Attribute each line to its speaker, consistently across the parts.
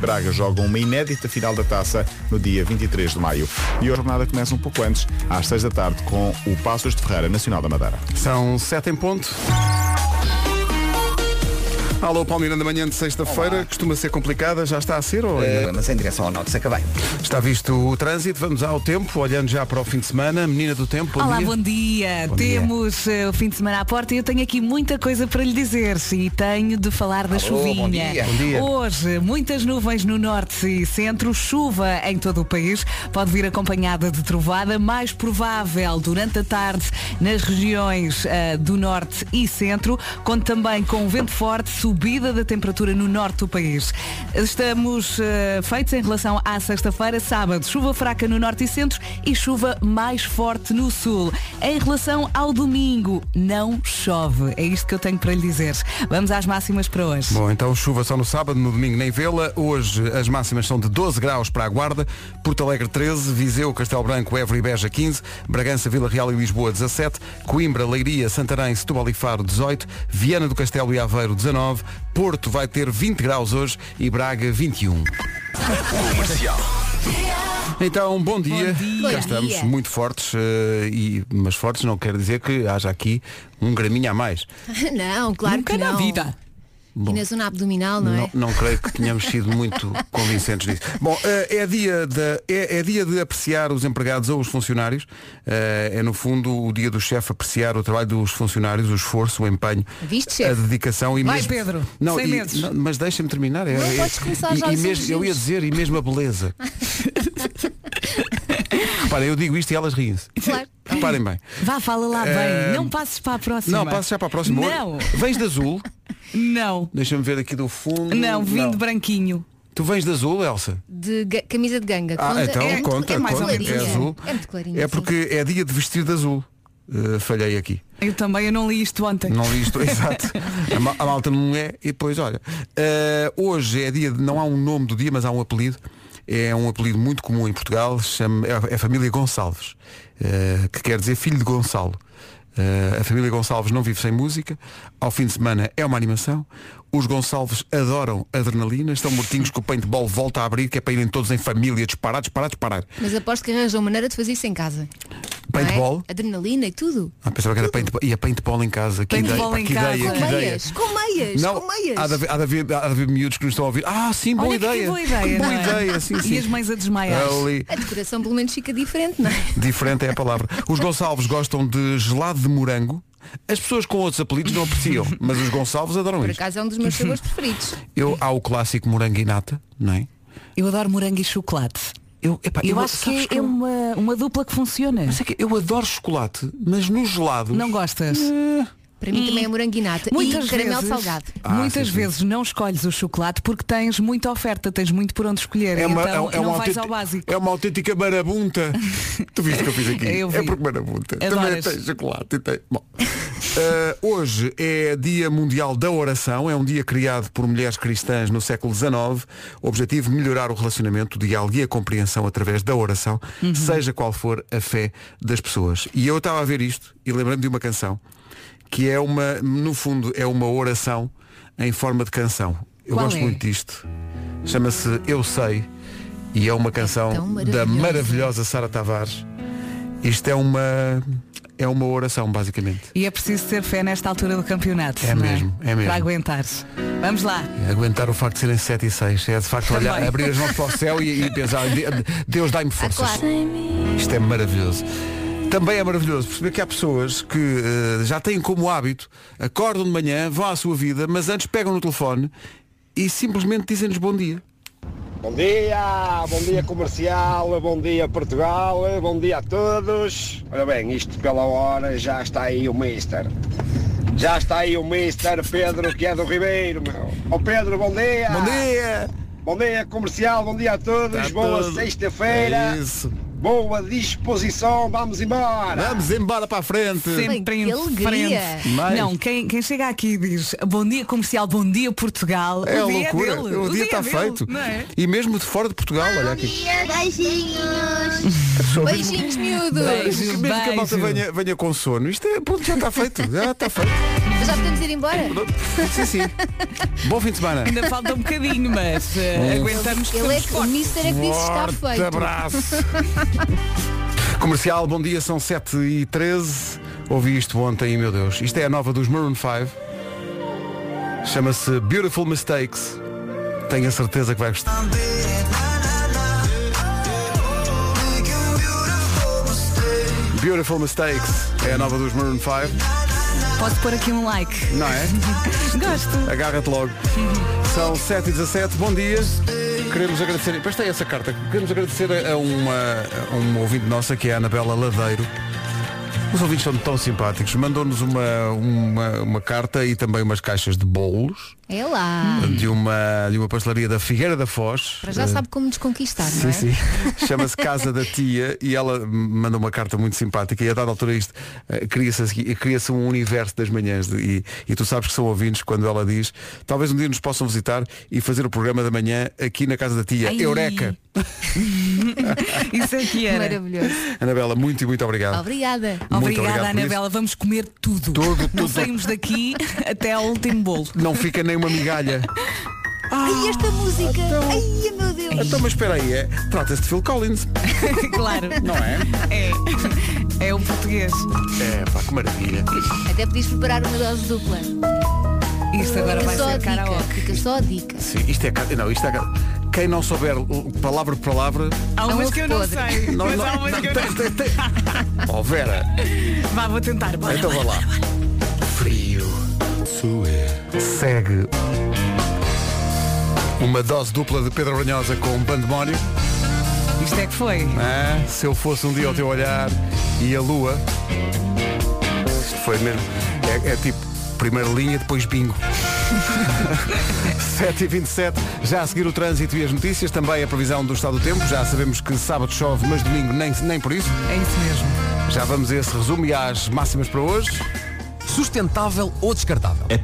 Speaker 1: Braga jogam uma inédita final da taça no dia 23 de maio. E a jornada começa um pouco antes, às 6 da tarde, com o Passos de Ferreira Nacional da Madeira.
Speaker 2: São sete em ponto. Alô, Palmeirão da manhã de sexta-feira, costuma ser complicada, já está a ser ou
Speaker 3: É.
Speaker 2: ainda?
Speaker 4: Eh, mas em direção ao norte, acabei.
Speaker 2: Está visto o trânsito, vamos ao tempo, olhando já para o fim de semana, menina do tempo, bom
Speaker 5: Olá,
Speaker 2: dia.
Speaker 5: bom dia.
Speaker 2: Bom dia.
Speaker 5: Temos eh, o fim de semana à porta e eu tenho aqui muita coisa para lhe dizer e tenho de falar da chuvinha.
Speaker 4: bom dia.
Speaker 2: Bom dia.
Speaker 5: Hoje, muitas nuvens no norte e centro, chuva em todo o país, pode vir acompanhada de trovada, mais provável durante a tarde nas regiões eh, do norte e centro, conto também com vento forte, subida da temperatura no norte do país. Estamos eh, feitos em relação à sexta-feira, sábado, chuva fraca no norte e centro e chuva mais forte no sul. Em relação ao domingo, não chove. É isto que eu tenho para lhe dizer. Vamos às máximas para hoje.
Speaker 2: Bom, então chuva só no sábado, no domingo nem vê-la. Hoje as máximas são de 12 graus para a Guarda, Porto Alegre 13, Viseu, Castelo Branco, Évora e Beja 15, Bragança, Vila Real e Lisboa 17, Coimbra, Leiria, Santarém, Setúbal e Faro 18, Viana do Castelo e Aveiro 19, Porto vai ter 20 graus hoje e um. Braga 21. Então, bom dia.
Speaker 5: dia.
Speaker 2: Cá estamos,
Speaker 5: Bom dia.
Speaker 2: muito fortes, eh, e, mas fortes não quer dizer que haja aqui um graminho a mais.
Speaker 6: Não, claro
Speaker 5: Nunca
Speaker 6: que
Speaker 5: na
Speaker 6: não.
Speaker 5: vida.
Speaker 2: Bom.
Speaker 6: E na zona abdominal, não,
Speaker 2: Não,
Speaker 6: é?
Speaker 2: não creio que tenhamos sido muito convincentes nisso. Bom, eh, é dia, de, é, é dia de apreciar os empregados ou os funcionários. Eh, É, no fundo, o dia do chefe apreciar o trabalho dos funcionários, o esforço, o empenho,
Speaker 6: Viste,
Speaker 2: a
Speaker 6: chefe?
Speaker 2: dedicação e
Speaker 5: Vai,
Speaker 2: mesmo...
Speaker 5: Pedro,
Speaker 2: não,
Speaker 5: sem
Speaker 2: e-
Speaker 5: medos.
Speaker 2: não, mas deixa-me terminar. É-
Speaker 6: Não
Speaker 2: é-
Speaker 6: podes começar
Speaker 2: e-
Speaker 6: já assim,
Speaker 2: e
Speaker 6: os
Speaker 2: mesmo- Eu ia
Speaker 6: elogios.
Speaker 2: dizer, e mesmo a beleza. Repara, eu digo isto e elas riem-se.
Speaker 6: Claro.
Speaker 2: Reparem bem.
Speaker 5: Vá, fala lá
Speaker 2: Eh,
Speaker 5: bem. Não passes para a próxima.
Speaker 2: Não, passo já para a próxima.
Speaker 5: Não,
Speaker 2: Vens de azul.
Speaker 5: não.
Speaker 2: Deixa-me ver aqui do fundo.
Speaker 5: Não, vindo branquinho.
Speaker 2: Tu vens de azul, Elsa?
Speaker 6: De ga- camisa de ganga.
Speaker 2: Ah,
Speaker 6: Conta-
Speaker 2: então
Speaker 5: é-
Speaker 2: conta,
Speaker 5: é mais ou
Speaker 2: conta,
Speaker 5: menos
Speaker 2: é
Speaker 5: isso.
Speaker 2: azul.
Speaker 6: É muito clarinho,
Speaker 2: É
Speaker 6: sim.
Speaker 2: porque é dia de vestir de azul. Uh, falhei aqui.
Speaker 5: Eu também, eu não li isto ontem.
Speaker 2: Não li isto, exato. A, ma- a malta não é e depois, olha. Uh, hoje é dia de. Não há um nome do dia, mas há um apelido. É um apelido muito comum em Portugal. Chama, é, a- é a família Gonçalves, uh, que quer dizer filho de Gonçalo. Uh, a família Gonçalves não vive sem música. Ao fim de semana é uma animação. Os Gonçalves adoram adrenalina. Estão mortinhos que o paintball volta a abrir, que é para irem todos em família, disparar, disparar, disparar.
Speaker 6: Mas aposto que arranjou maneira de fazer isso em casa. não é?
Speaker 2: Paintball?
Speaker 6: Adrenalina e tudo.
Speaker 2: Ah, pensava que era paintball. E a paintball em casa. Que
Speaker 5: Paintball
Speaker 2: ideia, pá,
Speaker 5: em
Speaker 2: que
Speaker 5: casa.
Speaker 2: ideia,
Speaker 6: Com
Speaker 2: É que ideia.
Speaker 6: meias, com meias,
Speaker 2: Não,
Speaker 6: com meias.
Speaker 2: há de, haver, há, de haver, há de haver miúdos que nos estão a ouvir. Ah, sim, boa
Speaker 5: Olha que-
Speaker 2: ideia.
Speaker 5: que boa ideia.
Speaker 2: Boa
Speaker 5: não é?
Speaker 2: ideia, sim, sim.
Speaker 5: E as mães a desmaiar.
Speaker 2: Ali.
Speaker 6: A decoração pelo menos fica diferente, não é?
Speaker 2: Diferente é a palavra. Os Gonçalves gostam de gelado de morango. As pessoas com outros apelidos não apreciam, mas os Gonçalves adoram
Speaker 6: Por
Speaker 2: isto.
Speaker 6: acaso é um dos meus sabores preferidos.
Speaker 2: Eu, há o clássico morango e nata, não é?
Speaker 5: Eu adoro morango e chocolate.
Speaker 2: Eu, epá,
Speaker 5: Eu, acho
Speaker 2: sabes
Speaker 5: que, é uma, uma dupla que funciona.
Speaker 2: Mas é que eu adoro chocolate, mas nos gelados.
Speaker 5: Não gostas?
Speaker 2: Hum,
Speaker 6: Para mim também é moranguinata
Speaker 5: Muitas
Speaker 6: e caramelo
Speaker 5: vezes,
Speaker 6: salgado.
Speaker 2: Ah,
Speaker 5: muitas
Speaker 2: sim, sim.
Speaker 5: vezes não escolhes o chocolate porque tens muita oferta, tens muito por onde escolher.
Speaker 2: É uma,
Speaker 5: então
Speaker 2: é, é
Speaker 5: não
Speaker 2: uma
Speaker 5: vais
Speaker 2: autêntica-
Speaker 5: ao básico.
Speaker 2: é uma autêntica marabunta. tu viste o que eu fiz aqui?
Speaker 5: Eu
Speaker 2: É
Speaker 5: vi.
Speaker 2: porque marabunta. Também
Speaker 5: Adoras.
Speaker 2: tem chocolate. e Tem... Bom. Uh, hoje é Dia Mundial da Oração. É um dia criado por mulheres cristãs no século XIX. Objetivo melhorar o relacionamento, o diálogo e a compreensão através da oração,
Speaker 5: Uhum.
Speaker 2: seja qual for a fé das pessoas. E eu estava a ver isto e lembrei-me de uma canção que é uma, no fundo, é uma oração em forma de canção. Eu
Speaker 5: Qual
Speaker 2: gosto
Speaker 5: é?
Speaker 2: muito disto. Chama-se Eu Sei e é uma canção
Speaker 6: tão
Speaker 2: da
Speaker 6: maravilhosa.
Speaker 2: maravilhosa Sara Tavares. Isto é uma é uma oração basicamente.
Speaker 5: E é preciso ter fé nesta altura do campeonato.
Speaker 2: É
Speaker 5: não
Speaker 2: mesmo, é mesmo.
Speaker 5: Para aguentar. Vamos lá.
Speaker 2: Aguentar o facto de serem 7 e 6 é de facto
Speaker 5: Também.
Speaker 2: olhar, abrir as mãos para o céu e, e pensar "De- Deus dá-me forças.
Speaker 6: Ah, claro.
Speaker 2: Isto é maravilhoso. Também é maravilhoso perceber que há pessoas que eh, já têm como hábito, acordam de manhã, vão à sua vida, mas antes pegam no telefone e simplesmente dizem-nos bom dia.
Speaker 7: Bom dia, bom dia comercial, bom dia Portugal, bom dia a todos. Ora bem, isto pela hora já está aí o Mister. Já está aí o Mister Pedro, que é do Ribeiro, meu. Ó Pedro, bom dia.
Speaker 2: Bom dia!
Speaker 7: Bom dia comercial, bom dia a todos.
Speaker 2: Tá
Speaker 7: Boa
Speaker 2: tudo.
Speaker 7: sexta-feira.
Speaker 2: É isso.
Speaker 7: Boa disposição, vamos embora.
Speaker 2: Vamos embora É, para a frente.
Speaker 5: Sempre
Speaker 6: Bem,
Speaker 5: em
Speaker 6: que alegria.
Speaker 5: frente.
Speaker 2: Mais.
Speaker 5: Não, quem, quem chega aqui e diz bom dia comercial, bom dia Portugal.
Speaker 2: É
Speaker 5: o dia
Speaker 2: loucura.
Speaker 5: dele.
Speaker 2: o, dia está
Speaker 5: é dele,
Speaker 2: feito.
Speaker 5: não é?
Speaker 2: E mesmo de fora de Portugal, olha aqui.
Speaker 3: Beijinhos.
Speaker 2: Só mesmo-
Speaker 6: Beijinhos, miúdos.
Speaker 5: Beijo.
Speaker 2: mesmo que a malta
Speaker 5: Beijo.
Speaker 2: venha, venha com sono, isto é, pronto, já está feito. Já está feito.
Speaker 6: Já podemos ir embora?
Speaker 2: Sim, sim. Bom fim de semana.
Speaker 5: Ainda falta um bocadinho, mas
Speaker 2: Hum.
Speaker 5: eh, aguentamos que
Speaker 6: Ele é
Speaker 5: estamos
Speaker 6: que, o
Speaker 5: fortes.
Speaker 6: Mister é que diz que está
Speaker 2: Forte
Speaker 6: feito.
Speaker 2: abraço. Comercial, bom dia, são 7 e 13 Ouvi isto ontem e, meu Deus, isto é a nova dos Maroon 5. Chama-se Beautiful Mistakes. Tenho a certeza que vai gostar. Beautiful Mistakes é a nova dos Maroon 5,
Speaker 5: Posso pôr aqui um like.
Speaker 2: não é?
Speaker 5: Gosto.
Speaker 2: Agarra-te logo. São 7 e 17 bom dia. Queremos agradecer, pois tem essa carta, queremos agradecer a uma, a uma ouvinte nossa que é a Anabela Ladeiro. Os ouvintes são tão simpáticos. Mandou-nos uma, uma, uma carta e também umas caixas de bolos
Speaker 6: É lá.
Speaker 2: de, uma, de uma pastelaria da Figueira da Foz.
Speaker 6: Para já
Speaker 2: Eh,
Speaker 6: sabe como nos conquistar, não
Speaker 2: Sim,
Speaker 6: é?
Speaker 2: sim. Chama-se Casa da Tia e ela manda uma carta muito simpática e a dada altura isto eh, cria-se a seguir- cria-se um universo das manhãs de- e, e tu sabes que são ouvintes quando ela diz talvez um dia nos possam visitar e fazer o programa da manhã aqui na Casa da Tia.
Speaker 5: Ai.
Speaker 2: Eureka!
Speaker 5: Isso é que era.
Speaker 6: Maravilhoso.
Speaker 2: Anabela, muito e muito obrigado.
Speaker 6: Obrigada.
Speaker 2: Muito
Speaker 5: Obrigada,
Speaker 2: obrigado por
Speaker 5: Anabela. Vamos comer tudo.
Speaker 2: Tudo, tudo.
Speaker 5: Não saímos daqui até ao último bolo.
Speaker 2: Não fica nem uma migalha.
Speaker 6: Ai, esta música. Ai, meu Deus.
Speaker 2: Então, mas espera aí, é, trata-se de Phil Collins,
Speaker 5: claro.
Speaker 2: não é?
Speaker 5: É. É o português.
Speaker 2: É, pá, que maravilha.
Speaker 6: Até podias preparar uma dose dupla.
Speaker 5: Isto agora
Speaker 6: Fica
Speaker 5: vai
Speaker 6: só a
Speaker 5: ser
Speaker 6: dica.
Speaker 5: karaoke.
Speaker 6: Fica só a dica.
Speaker 2: Sim, isto é. ca- Não, isto é. ca- Quem não souber uh, palavra por palavra.
Speaker 5: Há
Speaker 6: Não
Speaker 5: umas
Speaker 6: houve
Speaker 5: que eu não
Speaker 6: podre.
Speaker 5: sei.
Speaker 2: Não,
Speaker 5: mas
Speaker 2: não,
Speaker 5: há umas
Speaker 2: não,
Speaker 5: que eu
Speaker 2: tem-
Speaker 5: não
Speaker 2: tem- tem- Oh Vera,
Speaker 5: Vá, vou tentar. Bora,
Speaker 2: então
Speaker 5: bora.
Speaker 2: vá lá. Frio. Segue. Uma dose dupla de Pedro Brunhosa com Pandemónio.
Speaker 5: Isto é que foi.
Speaker 2: Ah, se eu fosse um dia ao teu olhar e a lua. Isto foi mesmo. É, é tipo primeira linha, depois bingo. 7h27, já a seguir o trânsito e as notícias, também a previsão do estado do tempo. Já sabemos que sábado chove, mas domingo nem, nem por isso.
Speaker 5: É isso mesmo.
Speaker 2: Já vamos a esse resumo e às máximas para hoje.
Speaker 4: Sustentável ou descartável?
Speaker 3: É.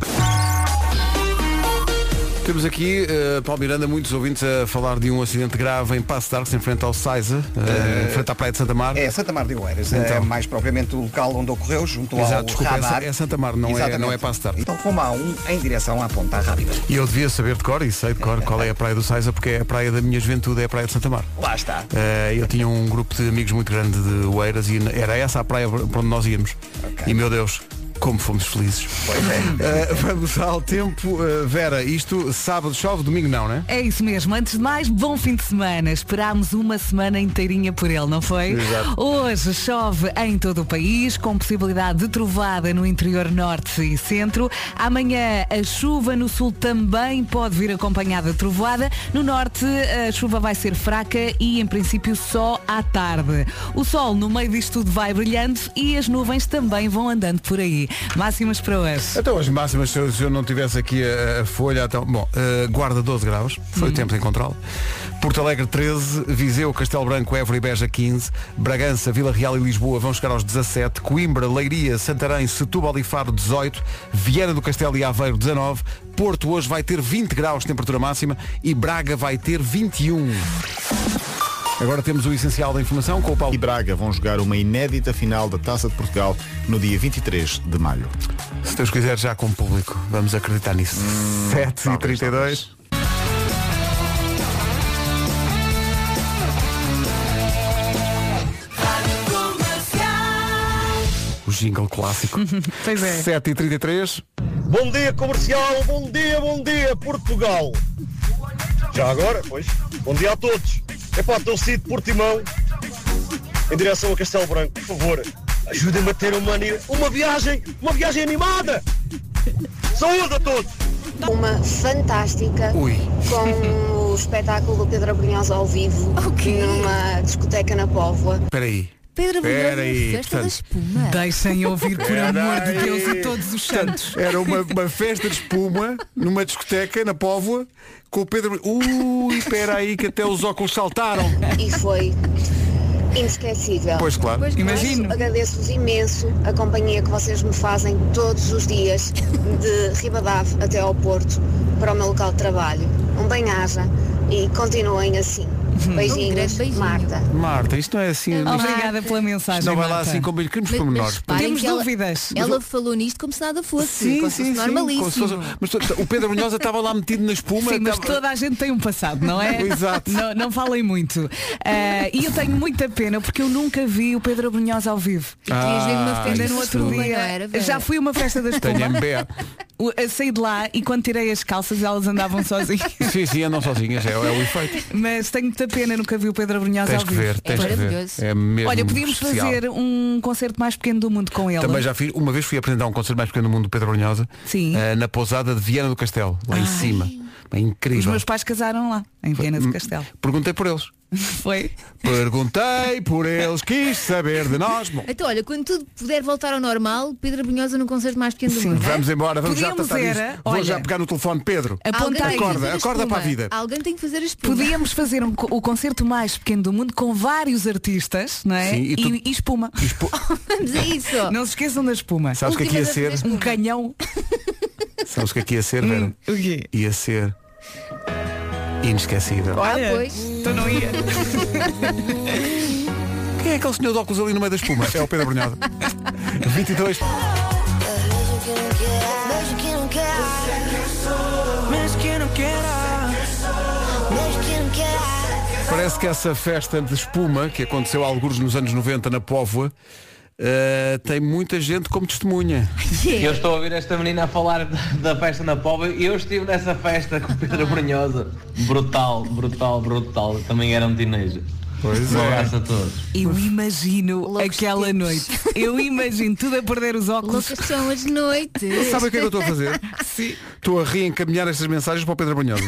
Speaker 2: Temos aqui, eh, Paulo Miranda, muitos ouvintes a falar de um acidente grave em Passo de Arcos, em frente ao Saiza, eh, em frente à Praia de Santa Mar.
Speaker 3: É Santa Mar de Oeiras, é
Speaker 2: Então.
Speaker 3: mais propriamente o local onde ocorreu, junto
Speaker 2: Exato,
Speaker 3: ao
Speaker 2: desculpa, é Sa-
Speaker 3: radar.
Speaker 2: é Santa Mar, não é-
Speaker 3: Exatamente.
Speaker 2: não é Passo de Arcos.
Speaker 3: Então rumo a um em direção à Ponta Rábida.
Speaker 2: E eu devia saber de cor, e sei de cor, qual é a Praia do Saiza, porque é a praia da minha juventude, é a Praia de Santa Mar.
Speaker 3: Lá está.
Speaker 2: Eh, eu tinha um grupo de amigos muito grande de Oeiras e era essa a praia para onde nós íamos. E meu Deus, como fomos felizes. Eh, vamos ao tempo. eh, Vera, isto sábado chove, domingo não, né?
Speaker 5: É isso mesmo. Antes de mais, bom fim de semana. Esperámos uma semana inteirinha por ele, não foi?
Speaker 2: Exato.
Speaker 5: Hoje chove em todo o país, com possibilidade de trovada no interior norte e centro. Amanhã a chuva no sul também pode vir acompanhada de trovada. No norte a chuva vai ser fraca e em princípio só à tarde. O sol no meio disto tudo vai brilhando e as nuvens também vão andando por aí. Máximas para hoje.
Speaker 2: Então as máximas, se eu, se eu não tivesse aqui a, a folha, então, bom, eh, Guarda 12 graus, foi o tempo de encontrá-lo. Porto Alegre 13, Viseu, Castelo Branco, Évora e Beja 15, Bragança, Vila Real e Lisboa vão chegar aos 17, Coimbra, Leiria, Santarém, Setúbal e Faro 18, Viana do Castelo e Aveiro 19, Porto hoje vai ter 20 graus de temperatura máxima e Braga vai ter 21. Agora temos o essencial da informação com o Paulo.
Speaker 1: E Braga vão jogar uma inédita final da Taça de Portugal no dia 23 de maio.
Speaker 2: Se Deus quiser, já com público. Vamos acreditar nisso. 7h32. O jingle clássico.
Speaker 5: Pois é.
Speaker 2: 7h33.
Speaker 8: Bom dia comercial, bom dia, bom dia Portugal. Já agora, pois. Bom dia a todos. Epá, estou sido Portimão em direção a Castelo Branco. Por favor, ajudem-me a ter uma, ani- uma viagem, uma viagem animada. Saúde a todos.
Speaker 9: Uma fantástica
Speaker 2: Ui.
Speaker 9: com o espetáculo do Pedro Abrunhosa ao vivo
Speaker 6: Ok.
Speaker 9: numa discoteca na Póvoa.
Speaker 2: Espera aí.
Speaker 6: Pedro
Speaker 2: Espera
Speaker 6: Brunhosa na
Speaker 2: aí,
Speaker 6: festa da
Speaker 2: portanto-
Speaker 6: espuma.
Speaker 5: Deixem ouvir, por amor de Deus, a todos os santos.
Speaker 2: Era uma, uma festa de espuma numa discoteca na Póvoa com o Pedro. Ui, espera aí que até os óculos saltaram.
Speaker 9: E foi inesquecível.
Speaker 2: Pois claro.
Speaker 6: Pois, claro.
Speaker 5: Imagino.
Speaker 9: Agradeço-vos imenso a companhia que vocês me fazem todos os dias, de Ribadave até ao Porto, para o meu local de trabalho. Um bem-aja e continuem assim. Beijinhos,
Speaker 6: grande beijinho.
Speaker 9: Marta.
Speaker 2: Marta, isto não é assim.
Speaker 6: Olá,
Speaker 2: isto-
Speaker 5: Obrigada pela mensagem.
Speaker 2: isto não vai lá
Speaker 5: Marta.
Speaker 2: assim com queremos
Speaker 6: Mas- mas
Speaker 2: pormenores.
Speaker 6: reparem
Speaker 5: Temos
Speaker 6: que ela-
Speaker 5: dúvidas.
Speaker 6: Ela, falou nisto como se nada fosse, como se fosse
Speaker 2: como
Speaker 6: normalíssimo.
Speaker 2: se fosse- um- mas to- o Pedro Brunhosa estava lá metido na espuma.
Speaker 5: Sim, mas
Speaker 2: estava-
Speaker 5: toda a gente tem um passado, não é?
Speaker 2: Exato.
Speaker 5: Não, não falem muito. Ah, e eu tenho muita pena porque eu nunca vi o Pedro Brunhosa ao vivo.
Speaker 6: Querias ver
Speaker 2: Ah,
Speaker 6: uma festa
Speaker 5: Ainda
Speaker 6: de
Speaker 5: no outro
Speaker 6: espuma, não
Speaker 5: dia
Speaker 6: era, Vera?
Speaker 5: já fui a uma festa da
Speaker 2: É Tenho
Speaker 5: espuma.
Speaker 2: MBA.
Speaker 5: O- eu Saí de lá e quando tirei as calças elas andavam sozinhas.
Speaker 2: Sim, sim, andam sozinhas, é, é o efeito.
Speaker 5: Mas tenho muita pena, nunca vi o Pedro Brunhosa
Speaker 2: Tens
Speaker 5: ao
Speaker 2: que
Speaker 5: vivo.
Speaker 2: ver, tens que ver.
Speaker 6: maravilhoso.
Speaker 2: É mesmo
Speaker 5: Olha, podíamos
Speaker 2: especial.
Speaker 5: fazer um concerto mais pequeno do mundo com ele.
Speaker 2: Também já fiz, uma vez fui apresentar um concerto mais pequeno do mundo do Pedro Brunhosa
Speaker 5: Sim.
Speaker 2: eh, na pousada de Viana do Castelo, lá em cima. É
Speaker 5: Os
Speaker 2: incrível.
Speaker 5: meus pais casaram lá, em Viena do Castelo.
Speaker 2: Perguntei por eles.
Speaker 5: Foi?
Speaker 2: Perguntei por eles, quis saber de nós. Bom,
Speaker 6: Então, olha, quando tudo puder voltar ao normal, Pedro Brunhosa num concerto mais pequeno do
Speaker 2: sim,
Speaker 6: mundo.
Speaker 2: vamos embora, vamos já
Speaker 5: Podíamos
Speaker 2: tratar
Speaker 5: era,
Speaker 2: disto. Vou
Speaker 5: olha,
Speaker 2: já pegar no telefone, Pedro.
Speaker 6: Alguém
Speaker 5: Aponta
Speaker 6: tem que
Speaker 5: aí.
Speaker 6: fazer
Speaker 2: Acorda, acorda
Speaker 6: espuma.
Speaker 2: para a vida.
Speaker 6: Alguém tem que fazer a espuma.
Speaker 5: Podíamos fazer um co- o concerto mais pequeno do mundo com vários artistas, não é?
Speaker 2: Sim, e
Speaker 5: e,
Speaker 2: tu-
Speaker 5: e espuma.
Speaker 6: Vamos a isso.
Speaker 5: Não se esqueçam da espuma.
Speaker 2: Sabes o que é que ia
Speaker 6: Últimas
Speaker 2: ser?
Speaker 6: vezes.
Speaker 5: Um canhão.
Speaker 2: Sabes o que é que ia ser, Vera?
Speaker 5: O quê?
Speaker 2: Ia ser inesquecível.
Speaker 6: Ah,
Speaker 5: Olha,
Speaker 6: pois.
Speaker 5: Então não ia.
Speaker 2: Quem é aquele senhor de óculos ali no meio da espuma? É o Pedro Brunhosa. 22. Parece que essa festa de espuma que aconteceu a alguns nos anos 90 na Póvoa eh, tem muita gente como testemunha.
Speaker 10: Eu estou a ouvir esta menina a falar da festa na Póvoa e eu estive nessa festa com o Pedro Brunhosa. Brutal, brutal, brutal. Também era um tinejo.
Speaker 2: Pois é.
Speaker 10: Um abraço a todos.
Speaker 5: Eu imagino
Speaker 6: Loucos
Speaker 5: aquela
Speaker 6: tempos.
Speaker 5: noite. Eu imagino tudo a perder os óculos.
Speaker 6: Loucas são as noites.
Speaker 2: Sabe o que é que eu estou a fazer? Estou a reencaminhar estas mensagens para o Pedro Brunhosa.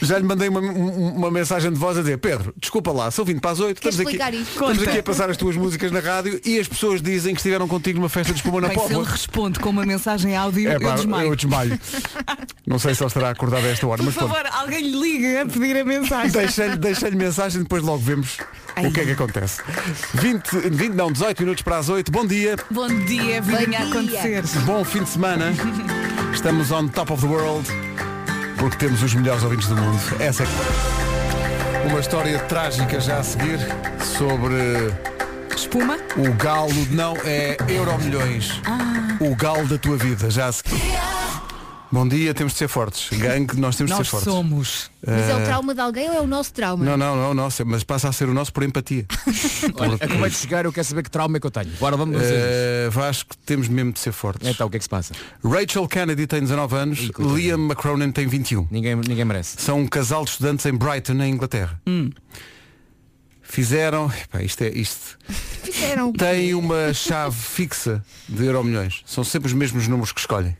Speaker 2: Já lhe mandei uma, um- uma mensagem de voz a dizer Pedro, desculpa lá, sou vindo para as oito,
Speaker 6: Queres
Speaker 2: estamos aqui,
Speaker 6: explicar isto?
Speaker 2: estamos
Speaker 5: Conta.
Speaker 2: aqui a passar as tuas músicas na rádio e as pessoas dizem que estiveram contigo numa festa de espuma na
Speaker 5: Bem, se ele
Speaker 2: Póvoa.
Speaker 5: responde com uma mensagem áudio,
Speaker 2: É pá,
Speaker 5: um eu desmaio.
Speaker 2: eu desmaio. Não sei se ele estará acordado a esta hora,
Speaker 5: Por
Speaker 2: mas pronto.
Speaker 5: favor, alguém lhe liga a pedir a mensagem.
Speaker 2: Deixa-lhe deixa mensagem, depois logo vemos o que é que acontece. 20, 20, não, 18 minutos para as 8. Bom dia,
Speaker 5: Bom dia, venha a
Speaker 6: dia.
Speaker 5: acontecer.
Speaker 2: bom fim de semana. Estamos on top of the world porque temos os melhores ouvintes do mundo. Essa é que- uma história trágica já a seguir sobre
Speaker 5: Espuma?
Speaker 2: o galo, não, é Euro Milhões.
Speaker 5: Ah.
Speaker 2: O galo da tua vida, já a seguir. Bom dia, temos de ser fortes. Gangue, nós temos de
Speaker 5: Nós
Speaker 2: ser fortes.
Speaker 5: somos.
Speaker 6: Mas é o trauma de alguém ou é o nosso trauma?
Speaker 2: Não, não, não, nossa, mas passa a ser o nosso por empatia.
Speaker 4: Olha, acabei de chegar, eu quero saber que trauma é que eu tenho. Agora vamos fazer
Speaker 2: Eh, Vasco, temos mesmo de ser fortes.
Speaker 4: Então, o que é que se passa?
Speaker 2: Rachel Kennedy tem 19 anos, Liam McCronin tem 21.
Speaker 4: Ninguém, ninguém merece.
Speaker 2: São um casal de estudantes em Brighton, na Inglaterra.
Speaker 4: Hum.
Speaker 2: Fizeram. Epá, isto é isto.
Speaker 6: Fizeram.
Speaker 2: Tem uma chave fixa de euro milhões. São sempre os mesmos números que escolhem.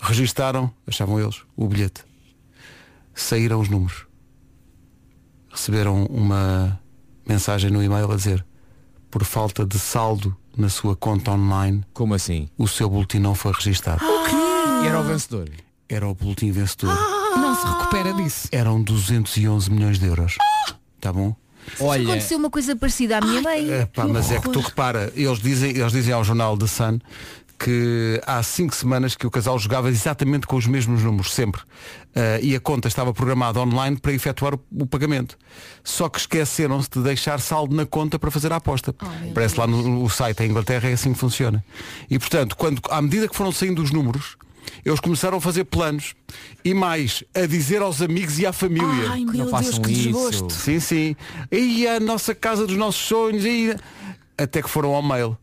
Speaker 2: Registaram, achavam eles, o bilhete. Saíram os números. Receberam uma mensagem no e-mail a dizer por falta de saldo na sua conta online,
Speaker 4: Como assim?
Speaker 2: o seu boletim não foi registado.
Speaker 4: E era o vencedor.
Speaker 2: Era o boletim vencedor.
Speaker 5: Não se recupera disso.
Speaker 2: Eram 211 milhões de euros. Tá bom?
Speaker 5: é.
Speaker 4: Olha,
Speaker 6: Aconteceu uma coisa parecida à minha mãe.
Speaker 2: Epá, mas é que tu repara, eles dizem, eles dizem ao jornal The Sun que há cinco semanas que o casal jogava exatamente com os mesmos números, sempre. Ah, e a conta estava programada online para efetuar o, o pagamento. Só que esqueceram-se de deixar saldo na conta para fazer a aposta. Parece lá no, no site em Inglaterra é assim que funciona. E portanto, quando, à medida que foram saindo os números, eles começaram a fazer planos e mais, a dizer aos amigos e à família.
Speaker 5: Ai,
Speaker 4: não
Speaker 5: meu Deus,
Speaker 4: façam
Speaker 5: que
Speaker 4: isso.
Speaker 5: desgosto.
Speaker 2: Sim, sim. E a nossa casa dos nossos sonhos. E... Até que foram ao mail.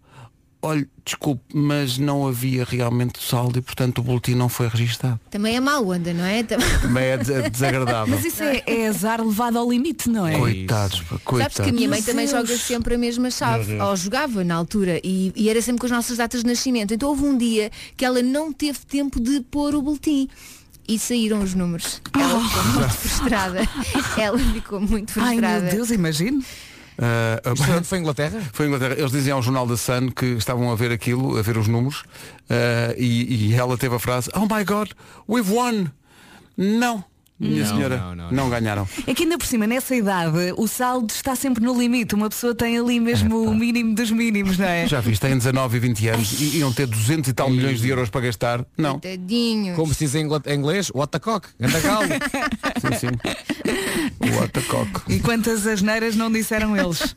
Speaker 2: Olha, desculpe, mas não havia realmente saldo e portanto o boletim não foi registado.
Speaker 6: Também é mau onda, não é? Também...
Speaker 2: Também é des- desagradável.
Speaker 5: Mas isso é, é azar levado ao limite, não é?
Speaker 2: Coitados, pá,
Speaker 6: Sabes que a
Speaker 2: coitados.
Speaker 6: minha mãe
Speaker 5: Meu
Speaker 6: também
Speaker 5: Deus.
Speaker 6: joga sempre a mesma chave, ou jogava na altura, e, e era sempre com as nossas datas de nascimento. Então houve um dia que ela não teve tempo de pôr o boletim. E saíram os números. Ela ficou muito frustrada. Ela ficou muito
Speaker 5: Ai
Speaker 6: frustrada.
Speaker 5: meu Deus, imagino.
Speaker 2: Ah, ah,
Speaker 4: isto onde foi Inglaterra?
Speaker 2: Foi em Inglaterra. Eles diziam ao jornal da Sun que estavam a ver aquilo, a ver os números, ah, e, e ela teve a frase, Oh my God, we've won! Não, Minha
Speaker 5: Não,
Speaker 2: senhora,
Speaker 5: não,
Speaker 2: não, ganharam.
Speaker 5: É que ainda por cima, nessa idade, o saldo está sempre no limite. Uma pessoa tem ali mesmo o mínimo dos mínimos, não é?
Speaker 2: Já viste, têm 19 e 20 anos e iam ter 200 e tal milhões de euros para gastar. Não.
Speaker 6: Tadinhos.
Speaker 4: Como se diz em ingla- em inglês, what the cock, anda galo.
Speaker 2: Sim, sim. What the cock.
Speaker 5: E quantas asneiras não disseram eles?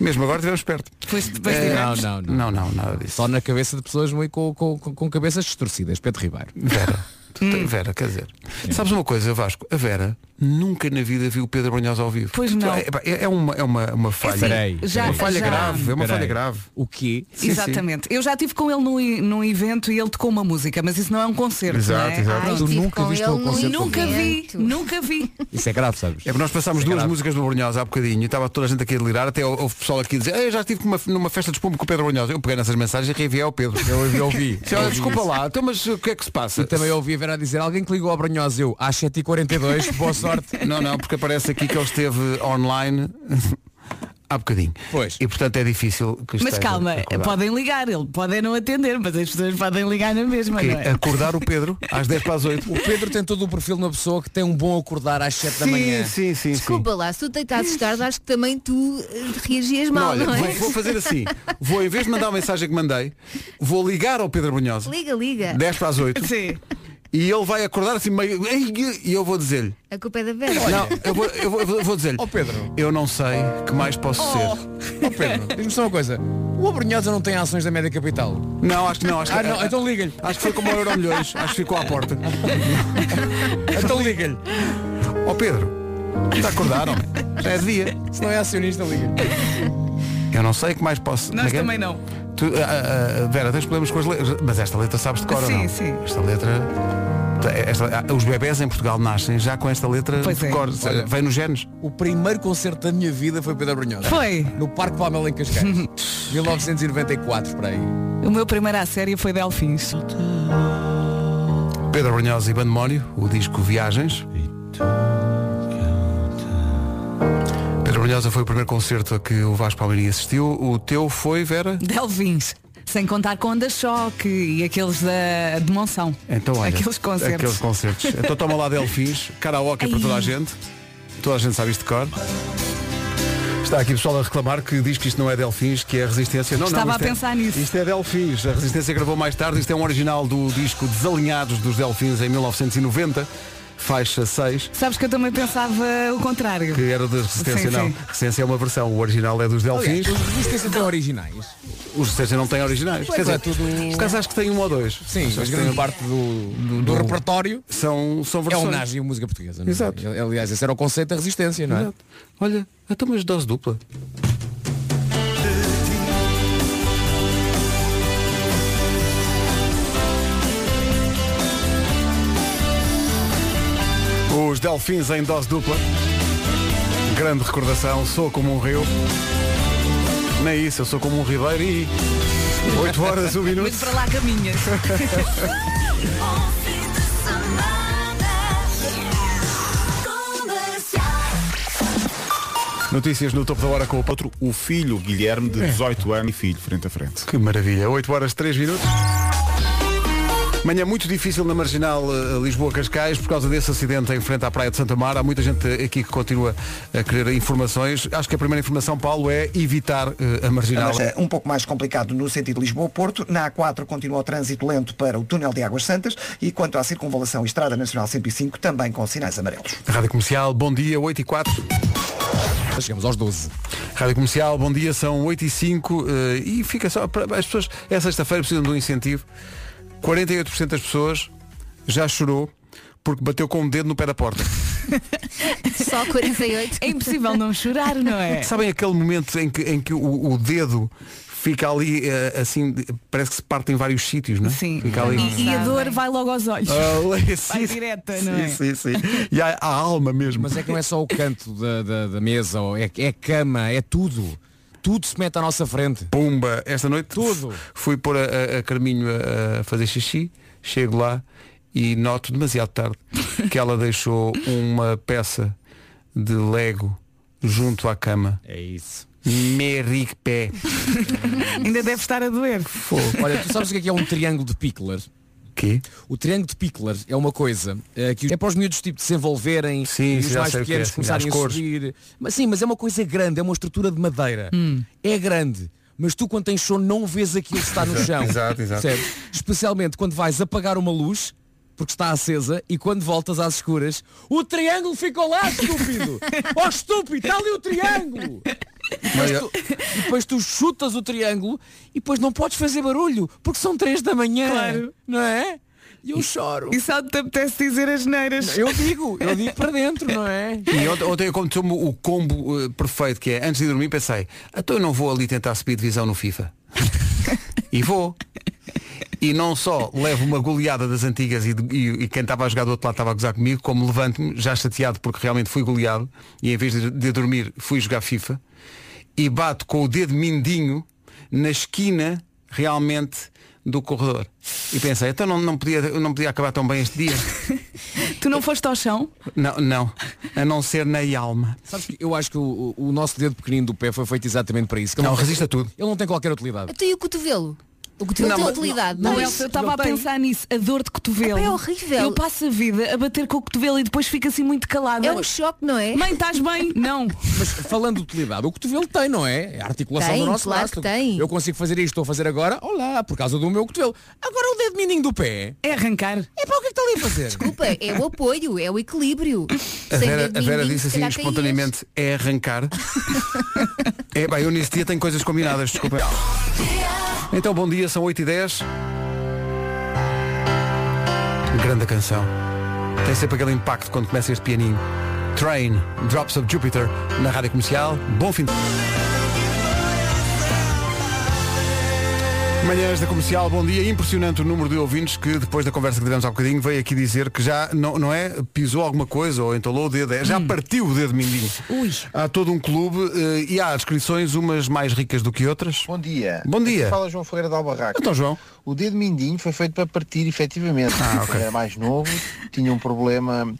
Speaker 2: Mesmo agora estivemos perto.
Speaker 5: Depois, depois
Speaker 2: Eh,
Speaker 5: tivemos.
Speaker 4: não,
Speaker 2: Não, não, nada disso.
Speaker 4: Só na cabeça de pessoas muito com, com, com, com cabeças distorcidas, Pedro Ribeiro. Hum.
Speaker 2: Vera. Tu
Speaker 4: É.
Speaker 2: te- Vera, quer dizer. Sabes uma coisa, Vasco? A Vera nunca na vida viu o Pedro Brunhosa ao vivo.
Speaker 5: Pois não.
Speaker 2: É, pá, é- é uma, é uma, uma falha.
Speaker 4: Peraí,
Speaker 5: já-
Speaker 2: uma falha
Speaker 5: já-
Speaker 2: grave, é uma
Speaker 4: Peraí.
Speaker 2: falha grave.
Speaker 4: O quê?
Speaker 2: sim.
Speaker 5: Exatamente. Eu já estive com ele num, num evento e ele tocou uma música, mas isso não é um concerto.
Speaker 2: Exato,
Speaker 5: não é?
Speaker 2: exato.
Speaker 6: Ai,
Speaker 4: Tu
Speaker 6: estive
Speaker 4: nunca
Speaker 6: com
Speaker 4: viste
Speaker 6: ele
Speaker 4: um
Speaker 6: num
Speaker 4: concerto ao
Speaker 5: Nunca vi,
Speaker 6: evento.
Speaker 5: nunca vi.
Speaker 4: Isso é grave, sabes?
Speaker 2: É porque nós passámos duas músicas do Brunhosa há bocadinho e estava toda a gente aqui a delirar, até hou- houve pessoal aqui a dizer, "Ah, eu já estive com uma- numa festa de espuma com o Pedro Brunhosa. Eu peguei nessas mensagens e reenviei ao Pedro. Eu ouvi, ouvi. Desculpa lá, então mas o que é que se passa?
Speaker 4: E também ouvi a Vera dizer, alguém que ligou ao Brunhosa, eu, às 7h42, boa sorte.
Speaker 2: Não, não, porque aparece aqui que ele esteve online há bocadinho.
Speaker 4: Pois.
Speaker 2: E portanto é difícil que
Speaker 5: Mas
Speaker 2: esteja
Speaker 5: calma,
Speaker 2: acordado.
Speaker 5: podem ligar, ele pode é não atender, mas as pessoas podem ligar na mesma,
Speaker 2: Que
Speaker 5: não é?
Speaker 2: acordar o Pedro às 10 para as 8.
Speaker 4: O Pedro tem todo o perfil de uma pessoa que tem um bom acordar às 7 da manhã.
Speaker 2: sim, sim.
Speaker 6: Desculpa lá, se tu deitasses tarde, acho que também tu eh, reagias mal,
Speaker 2: olha,
Speaker 6: não,
Speaker 2: vou,
Speaker 6: é?
Speaker 2: vou fazer assim. Vou, em vez de mandar a mensagem que mandei, vou ligar ao Pedro Brunhosa,
Speaker 6: Liga, liga.
Speaker 2: 10 para as 8,
Speaker 5: Sim.
Speaker 2: e ele vai acordar assim meio. "Ei", E eu vou dizer-lhe.
Speaker 6: A culpa é da Vera.
Speaker 2: Não, eu vou, eu vou- eu vou- eu vou dizer-lhe.
Speaker 4: Ó, Oh, Pedro.
Speaker 2: Eu não sei que mais posso ser.
Speaker 4: Ó Pedro, diz-me só uma coisa. O Abrunhosa não tem ações da média capital.
Speaker 2: Não, acho que não. Acho que,
Speaker 4: Ah não, então liga-lhe.
Speaker 2: acho que foi como o Euro Milhões. Acho que ficou à porta.
Speaker 4: Então liga-lhe.
Speaker 2: Ó Oh, Pedro, está acordado, homem? Já é de dia.
Speaker 4: Se não é acionista, liga-lhe.
Speaker 2: Eu não sei que mais posso.
Speaker 5: Nós
Speaker 2: Como é que é?
Speaker 5: também não.
Speaker 2: Tu, ah, ah, Vera, tens problemas com as letras. Mas esta letra sabes de cor ou
Speaker 5: Sim,
Speaker 2: não?
Speaker 5: sim.
Speaker 2: Esta letra. esta- ah, os bebés em Portugal nascem já com esta letra
Speaker 5: Pois
Speaker 2: de
Speaker 5: é.
Speaker 2: cor. Vem nos genes.
Speaker 4: O primeiro concerto da minha vida foi Pedro Brunhosa.
Speaker 5: Foi.
Speaker 4: No Parque Palmela em Cascais. 1994, para aí.
Speaker 5: O meu primeiro à série foi Delfins.
Speaker 2: Pedro Brunhosa e Bandemónio, o disco Viagens. Pedro Brunhosa foi o primeiro concerto a que o Vasco Palmeirinho assistiu. O teu foi, Vera?
Speaker 5: Delvins. Sem contar com Onda Choque e aqueles da, de Monção.
Speaker 2: Então olha.
Speaker 5: Aqueles concertos.
Speaker 2: Aqueles concertos. Então toma lá Delfins, karaoke para
Speaker 5: Ai.
Speaker 2: toda a gente. Toda a gente sabe isto de cor. Está aqui pessoal a reclamar que diz que isto não é Delfins, que é a Resistência. Não,
Speaker 5: Estava
Speaker 2: não,
Speaker 5: a
Speaker 2: isto é-
Speaker 5: pensar nisso.
Speaker 2: Isto é Delfins. A Resistência gravou mais tarde. Isto é um original do disco Desalinhados dos Delfins em 1990, faixa 6.
Speaker 5: Sabes que eu também pensava o contrário.
Speaker 2: Que era da Resistência,
Speaker 5: Sim,
Speaker 2: não.
Speaker 5: sim.
Speaker 2: Resistência é uma versão, o original é dos Delfins.
Speaker 4: Aliás, os resistência têm originais.
Speaker 2: Os Resistência não têm originais.
Speaker 4: Pois
Speaker 2: Quer dizer,
Speaker 4: é, tudo-
Speaker 2: por acaso acho que tem um ou dois.
Speaker 4: Sim,
Speaker 2: Acho
Speaker 4: mas
Speaker 2: que
Speaker 4: grande
Speaker 2: tem-
Speaker 4: parte do, do, do repertório
Speaker 2: são, são
Speaker 4: é
Speaker 2: versões.
Speaker 4: homenagem à música portuguesa. Não é?
Speaker 2: Exato.
Speaker 4: Aliás, esse era o conceito da resistência, não é?
Speaker 2: Exato. Olha, até umas dose dupla. Os Delfins em dose dupla. Grande recordação, sou como um rio. Nem isso, eu sou como um ribeiro e 8 horas, 1 minuto.
Speaker 5: Muito para lá caminhas.
Speaker 2: Notícias no topo da hora com o outro.
Speaker 1: O filho Guilherme,
Speaker 2: É.
Speaker 1: de 18 anos, e filho, frente a frente.
Speaker 2: Que maravilha, 8 horas 3 minutos. Manhã muito difícil na marginal eh, Lisboa-Cascais por causa desse acidente em frente à Praia de Santa Mar. Há muita gente eh, aqui que continua a querer informações. Acho que a primeira informação, Paulo, é evitar eh, a marginal.
Speaker 3: Mas é um pouco mais complicado no sentido Lisboa-Porto. Na A4 continua o trânsito lento para o túnel de Águas Santas e quanto à circunvalação e Estrada Nacional 105 também com sinais amarelos.
Speaker 2: Rádio Comercial, bom dia, 8 e 4.
Speaker 4: Chegamos aos 12.
Speaker 2: Rádio Comercial, bom dia, são 8 e 5 eh, e fica só. para- As pessoas, é sexta-feira, precisam de um incentivo. 48% das pessoas já chorou porque bateu com o dedo no pé da porta.
Speaker 6: Só 48.
Speaker 5: É impossível não chorar, não é?
Speaker 2: Sabem aquele momento em que, em que o, o dedo fica ali eh, assim, de- parece que se parte em vários sítios, não é?
Speaker 5: Sim.
Speaker 2: Fica ali.
Speaker 5: E, e a dor vai logo aos olhos.
Speaker 2: Ah,
Speaker 5: Vai
Speaker 2: sim,
Speaker 5: direta, não é?
Speaker 2: Sim, sim, sim. E a, a alma mesmo.
Speaker 4: Mas é que não é só o canto da, da, da mesa, ou é, é a cama, é tudo. Tudo se mete à nossa frente.
Speaker 2: Pumba, esta noite
Speaker 4: Tudo.
Speaker 2: f- fui pôr a, a- a Carminho a, a fazer xixi, chego lá e noto demasiado tarde que ela deixou uma peça de Lego junto à cama.
Speaker 4: É isso.
Speaker 2: Merrick pé.
Speaker 5: Ainda deve estar a doer.
Speaker 2: Fogo.
Speaker 4: é Olha, tu sabes o que é, que é um triângulo de Pickler?
Speaker 2: Quê?
Speaker 4: O triângulo de Pickler é uma coisa eh, que é para os miúdos tipo, de se envolverem
Speaker 2: Sim,
Speaker 4: e
Speaker 2: sim,
Speaker 4: os
Speaker 2: já
Speaker 4: mais
Speaker 2: sei o que é,
Speaker 4: pequenos
Speaker 2: sim,
Speaker 4: começarem
Speaker 2: as
Speaker 4: a
Speaker 2: cores.
Speaker 4: subir. Mas sim, mas é uma coisa grande, é uma estrutura de madeira. É grande. Mas tu quando tens sono não vês aquilo que está no chão.
Speaker 2: exato, exato.
Speaker 4: Percebes? Especialmente quando vais apagar uma luz porque está acesa e quando voltas às escuras o triângulo ficou lá, estúpido! oh estúpido, está ali o triângulo! Depois tu, e depois tu chutas o triângulo e depois não podes fazer barulho, porque são três da manhã,
Speaker 5: Claro.
Speaker 4: não é? E eu choro.
Speaker 5: E só te apetece dizer as neiras.
Speaker 4: Eu digo, eu digo para dentro, não é?
Speaker 2: E ontem, ontem aconteceu-me o combo eh, perfeito, que é, antes de dormir pensei, então eu não vou ali tentar subir divisão no FIFA. e vou. E não só levo uma goleada das antigas e, de- e- e quem estava a jogar do outro lado estava a gozar comigo, como levanto-me, já chateado porque realmente fui goleado, e em vez de, de dormir fui jogar FIFA, e bato com o dedo mindinho na esquina realmente do corredor. E pensei, então não, não, podia, não podia acabar tão bem este dia.
Speaker 5: Tu não foste ao chão?
Speaker 2: não, não. A não ser na alma.
Speaker 4: Sabes que eu acho que o, o- o nosso dedo pequenino do pé foi feito exatamente para isso. que ele
Speaker 2: Não,
Speaker 4: tem-
Speaker 2: resiste a tudo.
Speaker 4: Ele não tem qualquer utilidade.
Speaker 6: Até e o cotovelo? O cotovelo
Speaker 2: Não,
Speaker 6: tem
Speaker 2: mas-
Speaker 6: utilidade,
Speaker 5: Não,
Speaker 6: não, é?
Speaker 5: Elsa, eu estava a pensar nisso, a dor de cotovelo.
Speaker 6: Ah, pá, é horrível.
Speaker 5: Eu passo a vida a bater com o cotovelo e depois fico assim muito calada.
Speaker 6: É um choque, não é?
Speaker 5: Mãe, estás bem? Não.
Speaker 4: Mas falando de utilidade, o cotovelo tem, não é? É a articulação
Speaker 6: Tem,
Speaker 4: do nosso
Speaker 6: claro
Speaker 4: braço.
Speaker 6: que tem.
Speaker 4: Eu consigo fazer isto, estou a fazer agora, olá, por causa do meu cotovelo. Agora o dedo mindinho do pé.
Speaker 5: É arrancar.
Speaker 4: É para o que é que está ali a fazer?
Speaker 6: Desculpa, é o apoio, é o equilíbrio.
Speaker 2: A
Speaker 6: Sem
Speaker 2: Vera,
Speaker 6: dedo
Speaker 2: a Vera
Speaker 6: mindinho,
Speaker 2: disse
Speaker 6: se
Speaker 2: assim
Speaker 6: calhar caías.
Speaker 2: espontaneamente é arrancar. é, bem, eu nesse dia tenho coisas combinadas, desculpa. Então bom dia, são 8 e 10 Grande canção. Tem sempre aquele impacto quando começa este pianinho. Train, Drops of Jupiter, na rádio comercial. Bom fim de Manhãs da Comercial, bom dia. Impressionante o número de ouvintes que, depois da conversa que tivemos há bocadinho, veio aqui dizer que já, não, não é, pisou alguma coisa ou entolou o dedo, é, já
Speaker 6: Hum.
Speaker 2: partiu o dedo mindinho.
Speaker 5: Ui.
Speaker 2: Há todo um clube eh, e há descrições, umas mais ricas do que outras.
Speaker 3: Bom dia.
Speaker 2: Bom dia.
Speaker 3: Aqui fala João Ferreira de Albarraca.
Speaker 2: Então, João.
Speaker 3: O dedo mindinho foi feito para partir, efetivamente.
Speaker 2: Ah, ok.
Speaker 3: Eu Era mais novo, tinha um problema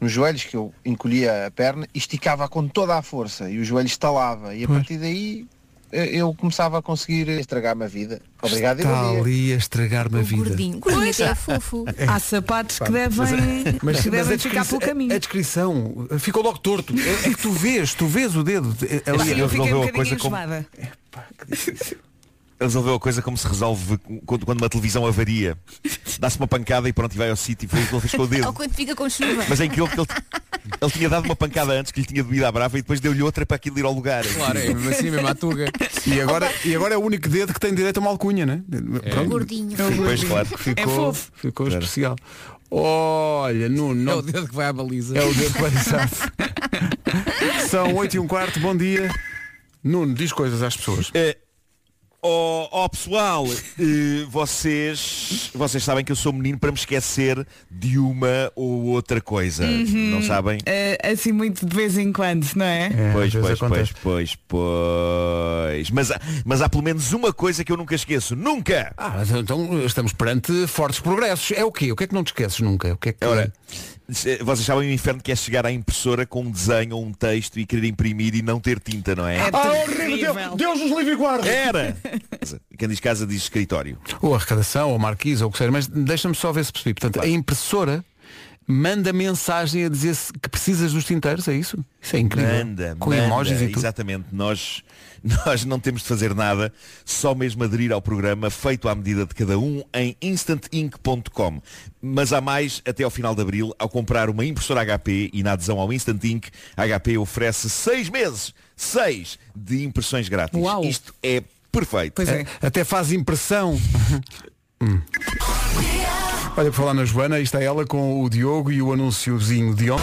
Speaker 3: nos joelhos, que eu encolhia a perna e esticava com toda a força. E o joelho estalava. E a partir daí eh, eu começava a conseguir estragar-me a vida. Obrigado e
Speaker 2: Está
Speaker 3: bom dia.
Speaker 2: ali a estragar-me a
Speaker 6: O
Speaker 2: vida.
Speaker 6: um gordinho. O gordinho até é fofo.
Speaker 5: Há sapatos que devem,
Speaker 2: é-
Speaker 5: que devem ficar pelo caminho.
Speaker 2: a, descrição eh, ficou logo torto. É, é que tu vês, tu vês o dedo eh, ali.
Speaker 5: Sim, eu fiquei um
Speaker 11: resolveu a
Speaker 5: bocadinho
Speaker 11: coisa como-
Speaker 5: enjoada.
Speaker 11: Ele resolveu a coisa como se resolve quando, quando uma televisão avaria. Dá-se uma pancada e pronto, e vai ao sítio e foi o que ele fez com o
Speaker 6: Ou
Speaker 11: dedo.
Speaker 6: quando fica com chuva.
Speaker 11: Mas é incrível que ele, ele tinha dado uma pancada antes, que lhe tinha doído à brava, e depois deu-lhe outra para aquilo ir ao lugar.
Speaker 4: Claro, é mesmo assim, mesmo à tuga.
Speaker 2: E agora, e agora é o único dedo que tem direito a uma alcunha, né? Pronto.
Speaker 6: Gordinho.
Speaker 11: Pois, claro.
Speaker 2: Ficou,
Speaker 5: fofo.
Speaker 2: ficou especial. Olha, Nuno,
Speaker 4: É
Speaker 2: não
Speaker 4: o dedo que vai à baliza.
Speaker 2: É o dedo para exato. São 8 e um quarto, bom dia. Nuno, diz coisas às pessoas.
Speaker 11: Eh, ó ó, pessoal, eh, vocês, vocês sabem que eu sou menino para me esquecer de uma ou outra coisa.
Speaker 2: Uhum.
Speaker 11: Não sabem?
Speaker 5: Ah, assim muito de vez em quando, não é?
Speaker 11: Pois,
Speaker 2: É, às vezes
Speaker 11: pois, pois,
Speaker 2: acontece.
Speaker 11: pois, pois. Mas, há- mas há pelo menos uma coisa que eu nunca esqueço. Nunca!
Speaker 2: Ah, mas então estamos perante fortes progressos. É o quê? O que é que não te esqueces nunca? O que é que...
Speaker 11: Ora, se- Eh, vocês sabem o inferno que é chegar à impressora com um desenho ou um texto e querer imprimir e não ter tinta, não é?
Speaker 5: terrível.
Speaker 2: Ah, Deus nos livre e guarde!
Speaker 11: Era! Quem diz casa diz escritório.
Speaker 2: Ou arrecadação, ou marquise, ou o que seja, mas deixa-me só ver se percebi. Portanto, a impressora manda mensagem a dizer se que precisas dos tinteiros, é isso? Isso é incrível.
Speaker 11: Manda,
Speaker 2: Com
Speaker 11: manda,
Speaker 2: emojis e tudo.
Speaker 11: exatamente. Nós, nós não temos de fazer nada, só mesmo aderir ao programa feito à medida de cada um em instantinc.com. Mas há mais, até ao final de abril, ao comprar uma impressora HP e na adesão ao Instant Ink, a HP oferece seis meses, seis de impressões grátis.
Speaker 5: Uau.
Speaker 11: Isto é perfeito.
Speaker 5: Pois é.
Speaker 2: A- Até faz impressão. Hum. Olha, por falar na Joana, aí está ela com o Diogo e o anúnciozinho de ontem.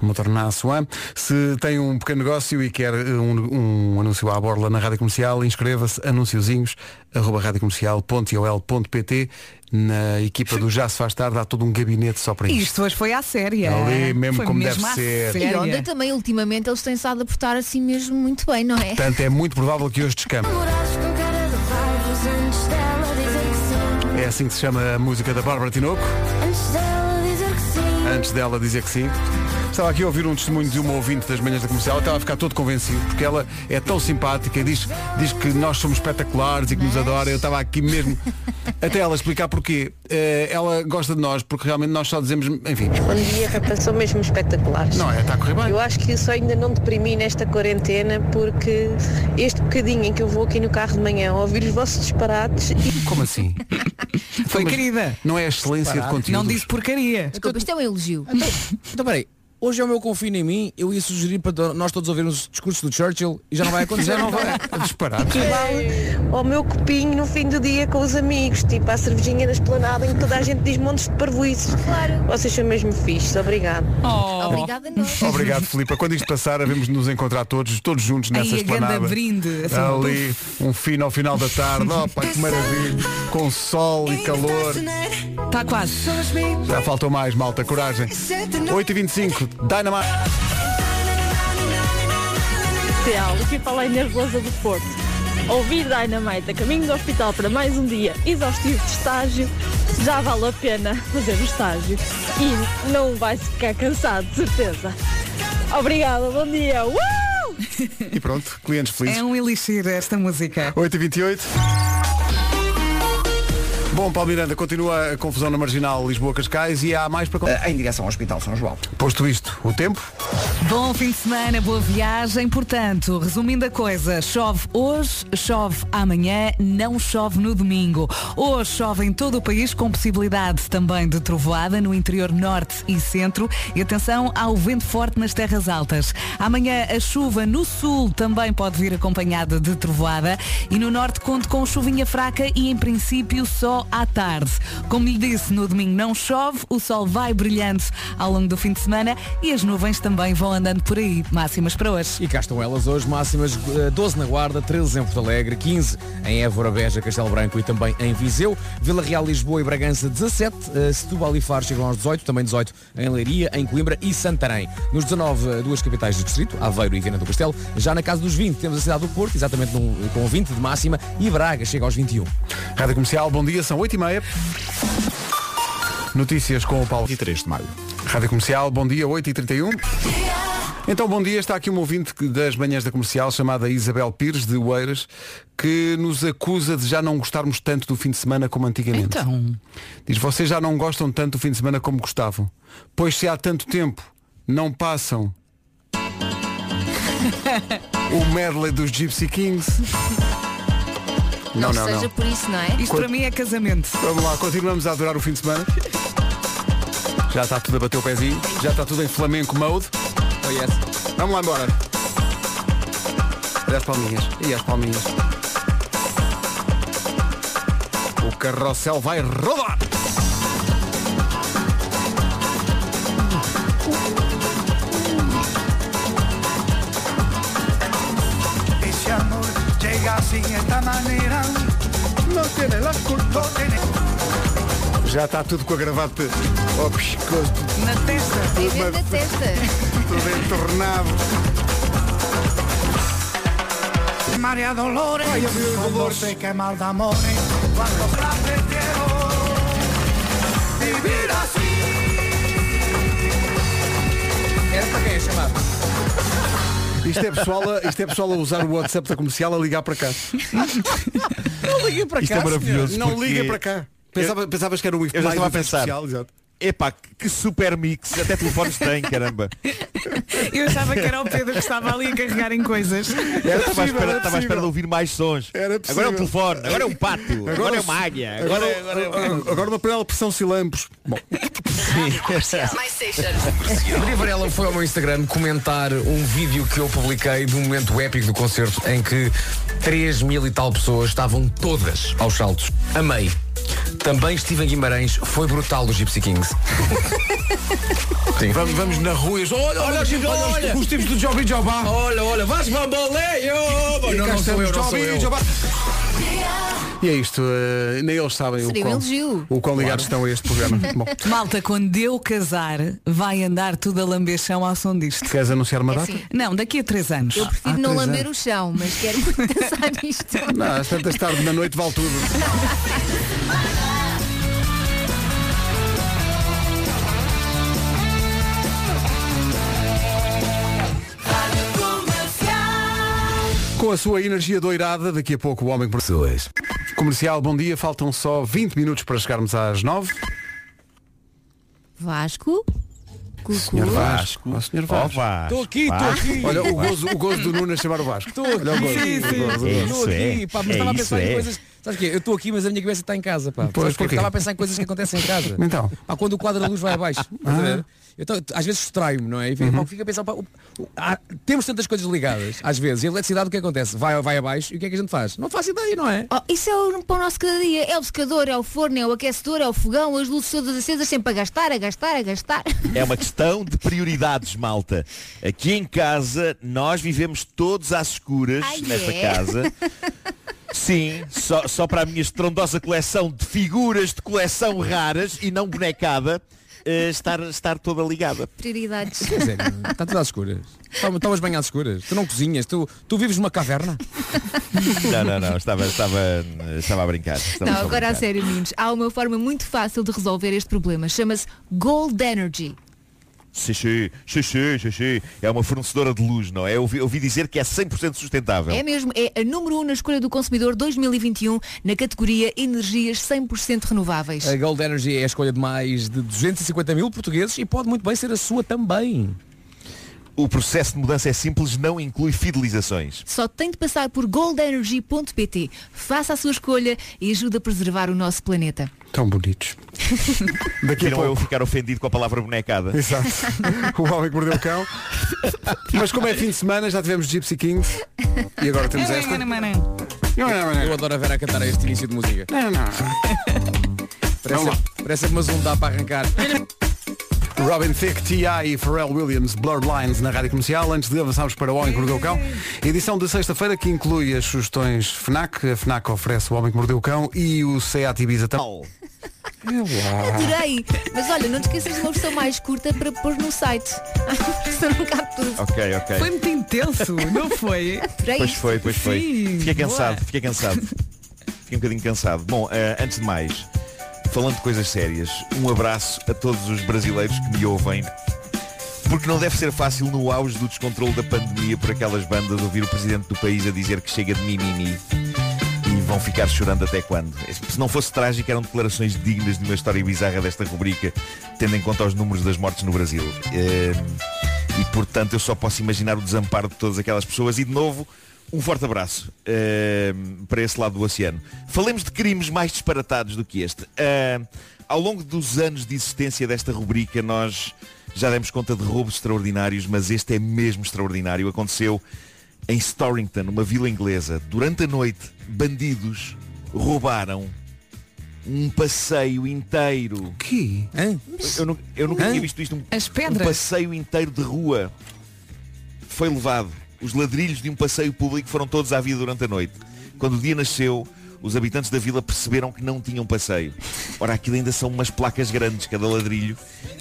Speaker 2: Motor na Assuã. Se tem um pequeno negócio e quer eh, um, um anúncio à borla na Rádio Comercial, inscreva-se anunciozinhos arroba radiocomercial.iol.pt na equipa do Já Se Faz Tarde há todo um gabinete só para isto.
Speaker 5: Isto hoje foi à séria.
Speaker 2: É Ali, mesmo
Speaker 5: foi
Speaker 2: como
Speaker 5: mesmo
Speaker 2: deve
Speaker 5: à
Speaker 2: ser.
Speaker 6: E é
Speaker 5: séria.
Speaker 6: onda também, ultimamente, eles têm estado a portar assim mesmo muito bem, não é?
Speaker 2: Portanto, é muito provável que hoje descampe. É assim que se chama a música da Bárbara Tinoco. Antes dela dizer que sim. Estava aqui a ouvir um testemunho de uma ouvinte das manhãs da comercial, estava a ficar todo convencido, porque ela é tão simpática e diz, diz que nós somos espetaculares e que nos adora. Eu estava aqui mesmo até ela explicar porquê. Eh, ela gosta de nós porque realmente nós só dizemos, enfim.
Speaker 12: Bom dia, rapaz, são mesmo espetaculares.
Speaker 2: Não é? Está a correr bem.
Speaker 12: Eu acho que isso ainda não deprimi nesta quarentena porque este bocadinho em que eu vou aqui no carro de manhã ouvir os vossos disparates e...
Speaker 2: Como assim? Foi querida. Não é a excelência de conteúdo.
Speaker 5: porcaria.
Speaker 6: Desculpa, isto é um elogio.
Speaker 4: Então peraí, hoje é o meu confino em mim, eu ia sugerir para to- nós todos ouvirmos os discursos do Churchill e já não vai acontecer.
Speaker 2: Já não vai. Disparado.
Speaker 12: que vale ao meu copinho no fim do dia com os amigos, tipo à cervejinha na esplanada em que toda a gente diz montes de parvoíces.
Speaker 6: Claro. Oh.
Speaker 12: Vocês são mesmo fixes, obrigado.
Speaker 6: Obrigada, nós.
Speaker 2: Obrigado, Filipa. Quando isto passar, vamos nos encontrar todos, todos juntos nessa
Speaker 5: Aí a
Speaker 2: esplanada.
Speaker 5: ganda brinde. Assim,
Speaker 2: Ali, um fino ao final da tarde. Oh, pá, que maravilha. Com sol e calor.
Speaker 5: Está Tá quase.
Speaker 2: Já faltou mais, malta. Coragem. 8h25, Dynamite.
Speaker 13: Comercial, aqui fala a Inês Rosa do Porto. Ouvir Dynamite a caminho do hospital para mais um dia exaustivo de estágio, já vale a pena fazer o estágio. E não vai ficar cansado, de certeza. Obrigada, bom dia. Uh!
Speaker 2: E pronto, clientes felizes.
Speaker 5: É um elixir esta música.
Speaker 2: 8h28. Bom, Paulo Miranda, continua a confusão na marginal Lisboa-Cascais e há mais para contar.
Speaker 3: Eh, Em direção ao Hospital São João.
Speaker 2: Posto isto, o tempo?
Speaker 5: Bom fim de semana, boa viagem. Portanto, resumindo a coisa, chove hoje, chove amanhã, não chove no domingo. Hoje chove em todo o país, com possibilidade também de trovoada no interior norte e centro. E atenção ao vento forte nas terras altas. Amanhã a chuva no sul também pode vir acompanhada de trovoada. E no norte conto com chuvinha fraca e em princípio só à tarde. Como lhe disse, no domingo não chove, o sol vai brilhando ao longo do fim de semana e as nuvens também vão andando por aí. Máximas para hoje.
Speaker 4: E cá estão elas hoje, máximas eh, 12 na Guarda, 13 em Porto Alegre, 15 em Évora, Beja, Castelo Branco e também em Viseu, Vila Real, Lisboa e Bragança 17, eh, Setúbal e Faro chegam aos 18, também 18 em Leiria, em Coimbra e Santarém. Nos 19, eh, duas capitais do distrito, Aveiro e Viana do Castelo. Já na casa dos 20 temos a cidade do Porto, exatamente num- com 20 de máxima e um. Braga chega aos 21.
Speaker 2: Rádio Comercial, bom dia, são 8h30. Notícias com o Paulo.
Speaker 1: 23 de maio.
Speaker 2: Rádio Comercial, bom dia, 8h31. Então, bom dia, está aqui um ouvinte que- das manhãs da comercial chamada Isabel Pires, de Oeiras, que nos acusa de já não gostarmos tanto do fim de semana como antigamente.
Speaker 5: Então,
Speaker 2: Diz, vocês já não gostam tanto do fim de semana como gostavam. Pois se há tanto tempo, não passam. o medley dos Gypsy Kings.
Speaker 6: Não,
Speaker 2: Não, não,
Speaker 6: seja
Speaker 2: não.
Speaker 6: por isso, não é?
Speaker 5: isto para mim é casamento.
Speaker 2: Vamos lá, continuamos a adorar o fim de semana. Já está tudo a bater o pezinho, já está tudo em flamenco mode.
Speaker 4: Oh yes.
Speaker 2: Vamos lá embora. Olha as palminhas. E as palminhas. O carrossel vai rodar. Já está tudo com a gravata ao pescoço,
Speaker 5: Na testa.
Speaker 6: Viver da testa.
Speaker 2: tudo entornado.
Speaker 14: Maria Dolores, dolor se quemar de amores, cuántos la prefiero vivir así.
Speaker 4: Esta quem é chamada?
Speaker 2: Isto é, pessoal a, isto é pessoal a usar o WhatsApp da comercial a ligar para cá.
Speaker 4: Não liguem para
Speaker 2: Isto
Speaker 4: cá.
Speaker 2: é maravilhoso.
Speaker 4: senhor.
Speaker 2: Não
Speaker 14: porque-
Speaker 2: liga para cá. Pensava, pensavas que era o
Speaker 14: Eu já estava a
Speaker 2: do
Speaker 14: pensar.
Speaker 2: especial, exato.
Speaker 14: Epá, que super mix, até telefones tem, caramba.
Speaker 5: Eu achava que era o Pedro que estava ali a carregar em coisas.
Speaker 14: Eu Estava à
Speaker 2: possível,
Speaker 14: espera,
Speaker 2: era
Speaker 14: estava à espera
Speaker 2: possível.
Speaker 14: de ouvir mais sons. agora
Speaker 2: Era
Speaker 14: é
Speaker 2: possível. um
Speaker 14: um telefone, agora é um pato, agora é uma águia, agora é...
Speaker 2: agora, um agora uma panela de pressão silambos. Bom,
Speaker 4: Maria Varela foi ao meu Instagram comentar um vídeo que eu publiquei de
Speaker 11: é
Speaker 4: um momento épico do concerto em que 3 mil e tal pessoas estavam todas aos saltos. Amei. Também estive em Guimarães, foi brutal dos Gypsy Kings.
Speaker 2: vamos, vamos na rua. e- Olha, olha, olha, olha, os tipos do Jobim Jobá.
Speaker 4: Olha, olha, vais bamboleio! Não, não sou eu, não sou eu.
Speaker 2: E é isto, eh, nem eles sabem
Speaker 6: Seria
Speaker 2: o,
Speaker 6: um
Speaker 2: quão,
Speaker 6: elogio.
Speaker 2: o quão ligados estão a este programa. Bom,
Speaker 5: Malta, quando eu casar, vai andar tudo a lambichão ao som disto.
Speaker 2: queres anunciar uma
Speaker 6: É
Speaker 2: data?
Speaker 6: assim,
Speaker 5: Não, daqui a três anos.
Speaker 6: eu prefiro
Speaker 2: há
Speaker 6: não
Speaker 2: três
Speaker 6: lamber o chão, mas quero muito pensar nisto.
Speaker 2: Não, às tantas tarde na noite vale tudo. Com a sua energia doirada, daqui a pouco o homem por pessoas. Comercial, bom dia. Faltam só 20 minutos para chegarmos às 9.
Speaker 6: Vasco. Cucu.
Speaker 2: Senhor Vasco. Ó, senhor Vasco.
Speaker 1: Ó, Vasco. Tô aqui, tô
Speaker 2: Vasco.
Speaker 1: aqui.
Speaker 2: Olha, o gozo, o gozo do Nuno a chamar o Vasco.
Speaker 4: Estou
Speaker 2: Olha o gozo.
Speaker 4: aqui,
Speaker 2: O gozo, o
Speaker 4: sim,
Speaker 2: gozo.
Speaker 4: estou aqui,
Speaker 2: é
Speaker 4: pá, mas estava a pensar em coisas. Sabes o quê? Eu estou aqui, mas a minha cabeça está em casa, pá.
Speaker 2: Pois,
Speaker 4: Sabes porquê?
Speaker 2: porquê?
Speaker 4: Estava a pensar em coisas que acontecem em casa.
Speaker 2: Então. Ah.
Speaker 4: Pá, quando o quadro da luz vai abaixo. estás a ver? Eu tô- às vezes distraio-me, não é? E fico,
Speaker 2: Uhum.
Speaker 4: pá, fico a pensar, pá, o- o- há- temos tantas coisas ligadas, às vezes, e a eletricidade o que acontece? Vai, vai abaixo e o que é que a gente faz? Não faço ideia, não é?
Speaker 6: Oh, isso é o pão nosso cada dia. É o secador, é o forno, é o aquecedor, é o fogão, as luzes todas acesas, sempre a gastar, a gastar, a gastar.
Speaker 11: É uma questão de prioridades, malta. Aqui em casa, nós vivemos todos às escuras
Speaker 6: Ai,
Speaker 11: nesta
Speaker 6: é?
Speaker 11: casa. Sim, só, só para a minha estrondosa coleção de figuras de coleção raras e não bonecada eh, estar, estar toda ligada.
Speaker 6: Prioridades.
Speaker 4: Quer dizer, está tudo às escuras. Toma- Tomas banho às escuras. Tu não cozinhas, tu, tu vives numa caverna.
Speaker 11: Não, não, não, estava, estava, estava a brincar. Estava
Speaker 6: Não,
Speaker 11: só a
Speaker 6: Então, agora a
Speaker 11: brincar.
Speaker 6: sério, meninos. Há uma forma muito fácil de resolver este problema. Chama-se Gold Energy.
Speaker 11: Sim, sim, sim, sim, sim, sim. É uma fornecedora de luz, não é? Eu ouvi, ouvi dizer que é 100% sustentável.
Speaker 6: É mesmo, é a número 1 um na escolha do consumidor 2021 na categoria Energias 100% Renováveis.
Speaker 4: A Gold Energy é a escolha de mais de 250 mil portugueses e pode muito bem ser a sua também.
Speaker 11: O processo de mudança é simples, não inclui fidelizações.
Speaker 6: Só tem de passar por goldenergy.pt. Faça a sua escolha e ajude a preservar o nosso planeta.
Speaker 2: Tão bonitos. Daqui a
Speaker 11: Não eu ficar ofendido com a palavra bonecada.
Speaker 2: Exato. O homem que mordeu o cão. Mas como é fim de semana, já tivemos Gypsy Kings. E agora temos
Speaker 5: É,
Speaker 2: esta.
Speaker 4: Eu adoro a Vera a cantar a este início de música.
Speaker 2: Não, não. Vamos lá.
Speaker 4: Parece, parece uma zundá para arrancar.
Speaker 2: Robin Thicke, T.I. e Pharrell Williams, Blurred Lines na Rádio Comercial, antes de avançarmos para O Homem que Mordeu o Cão. Edição de sexta-feira que inclui as sugestões FNAC. A FNAC oferece O Homem que Mordeu o Cão e o Seat Ibiza também.
Speaker 6: Adorei! Mas olha, não te esqueças de uma versão mais curta para pôr no site. Senão não cabe tudo.
Speaker 11: Ok, ok.
Speaker 6: Foi
Speaker 5: muito intenso, não foi?
Speaker 6: Adorei.
Speaker 11: Pois foi, pois foi.
Speaker 6: Sim,
Speaker 11: fiquei
Speaker 6: boa.
Speaker 11: cansado, fiquei cansado. fiquei um bocadinho cansado. Bom, eh, antes de mais, falando de coisas sérias, um abraço a todos os brasileiros que me ouvem. Porque não deve ser fácil no auge do descontrole da pandemia por aquelas bandas ouvir o presidente do país a dizer que chega de mimimi e vão ficar chorando até quando. Se não fosse trágico, eram declarações dignas de uma história bizarra desta rubrica, tendo em conta os números das mortes no Brasil. Eh, E portanto eu só posso imaginar o desamparo de todas aquelas pessoas e de novo. Um forte abraço eh, para esse lado do oceano. Falemos de crimes mais disparatados do que este. Eh, ao longo dos anos de existência desta rubrica, nós já demos conta de roubos extraordinários, mas este é mesmo extraordinário. Aconteceu em Storrington, uma vila inglesa. Durante a noite, bandidos roubaram um passeio inteiro. O
Speaker 2: quê?
Speaker 11: Eu, nu- eu nunca tinha visto isto. Um,
Speaker 5: As
Speaker 11: um
Speaker 5: pedras.
Speaker 11: passeio inteiro de rua foi levado. Os ladrilhos de um passeio público foram todos à vida durante a noite. Quando o dia nasceu, os habitantes da vila perceberam que não tinham passeio. Ora, aquilo ainda são umas placas grandes, cada ladrilho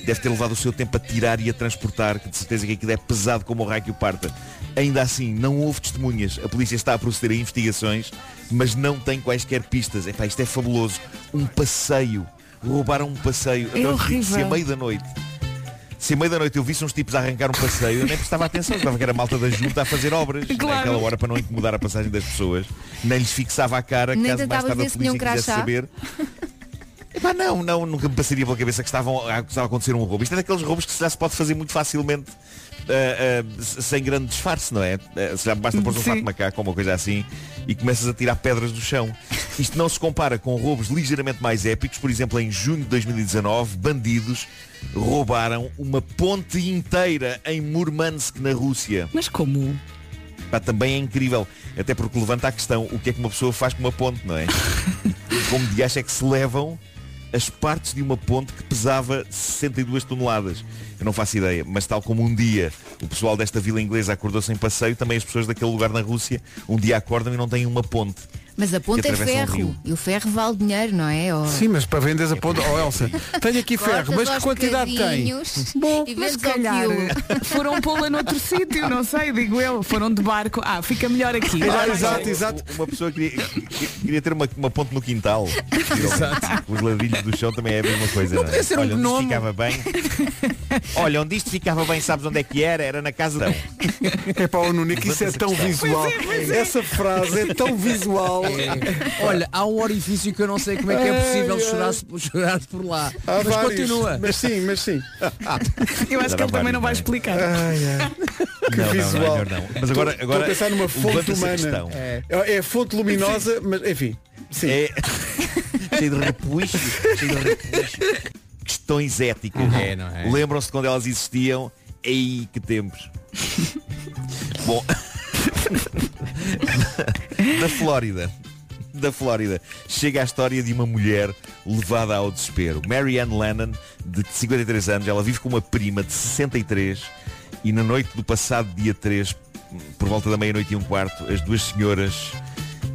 Speaker 11: deve ter levado o seu tempo a tirar e a transportar, que de certeza que aquilo é pesado como o raio que o parta. Ainda assim, não houve testemunhas. A polícia está a proceder a investigações, mas não tem quaisquer pistas. Epá, isto é fabuloso. Um passeio. Roubaram um passeio.
Speaker 5: É
Speaker 11: Então, Se a
Speaker 5: horrível.
Speaker 11: meio da noite se a meio da noite eu visse uns tipos a arrancar um passeio, eu nem prestava atenção, estava que era a malta da junta a fazer obras
Speaker 6: Claro.
Speaker 11: naquela hora para não incomodar a passagem das pessoas, nem lhes fixava a cara,
Speaker 6: Nem
Speaker 11: caso mais
Speaker 6: tentava
Speaker 11: tarde a
Speaker 6: ver se tinham
Speaker 11: polícia quisesse
Speaker 6: crachá.
Speaker 11: saber. Epá, não, não, nunca me passaria pela cabeça que estavam a, que estava a acontecer um roubo. Isto é daqueles roubos que já se pode fazer muito facilmente ah, ah, s- sem grande disfarce, não é? Ah, se já basta pôr um fato de macaco ou uma coisa assim e começas a tirar pedras do chão. Isto não se compara com roubos ligeiramente mais épicos. Por exemplo, em junho de 2019, bandidos roubaram uma ponte inteira em Murmansk, na Rússia.
Speaker 5: Mas como?
Speaker 11: Pá, também é incrível, até porque levanta a questão o que é que uma pessoa faz com uma ponte, não é? E como de acha é que se levam as partes de uma ponte que pesava 62 toneladas. Eu não faço ideia, mas tal como um dia o pessoal desta vila inglesa acordou sem passeio, também as pessoas daquele lugar na Rússia um dia acordam e não têm uma ponte.
Speaker 6: Mas a ponta
Speaker 2: E
Speaker 6: é
Speaker 2: atravessa um
Speaker 6: ferro.
Speaker 2: rio.
Speaker 6: e o ferro vale dinheiro, não é? Ou-
Speaker 2: Sim, mas para venderes a ponta. Oh Elsa, tenho aqui ferro,
Speaker 6: Cortas um
Speaker 2: mas que
Speaker 6: aos
Speaker 2: quantidade tem?
Speaker 6: bocadinhos
Speaker 5: Bom,
Speaker 6: e
Speaker 5: mas
Speaker 6: vendes
Speaker 5: se
Speaker 6: ao
Speaker 5: calhar eh,
Speaker 6: quilo.
Speaker 2: eh,
Speaker 5: foram pô-la noutro sítio, não sei, digo eu. Foram de barco. Ah, fica melhor aqui.
Speaker 11: Ah, Uma pessoa que queria, que queria ter uma, uma ponte no quintal. Exato. Os ladrilhos do chão também é a mesma coisa.
Speaker 5: Não
Speaker 11: é?
Speaker 5: podia ser um
Speaker 11: Olha, onde isto
Speaker 5: gnomo.
Speaker 11: ficava bem. Olha, onde isto ficava bem, sabes onde é que era? Era na casa da.
Speaker 2: É para o Nuno, isso é tão visual. Essa frase é tão visual.
Speaker 4: Olha, há um orifício que eu não sei como é que é possível chorar-se chorar por lá.
Speaker 2: Há
Speaker 4: mas
Speaker 2: vários,
Speaker 4: continua.
Speaker 2: Mas sim, mas sim.
Speaker 5: Eu acho que ele também não vai explicar.
Speaker 2: Que
Speaker 4: é
Speaker 11: Não, não,
Speaker 2: visual.
Speaker 11: não, não, não. Mas agora-
Speaker 2: Estou-
Speaker 11: agora
Speaker 2: estou a pensar numa fonte
Speaker 11: levanta-se a questão.
Speaker 2: humana. É. é fonte luminosa, mas enfim. Sim.
Speaker 11: Cheio de repuxo. Cheio de repuxo. Questões éticas.
Speaker 2: É, não é?
Speaker 11: Lembram-se de quando elas existiam? Ei, que tempos. Bom. da Flórida. Da Flórida. Chega a história de uma mulher levada ao desespero. Mary Ann Lennon, de 53 anos, ela vive com uma prima de 63 e na noite do passado dia 3, por volta da meia-noite e um quarto, as duas senhoras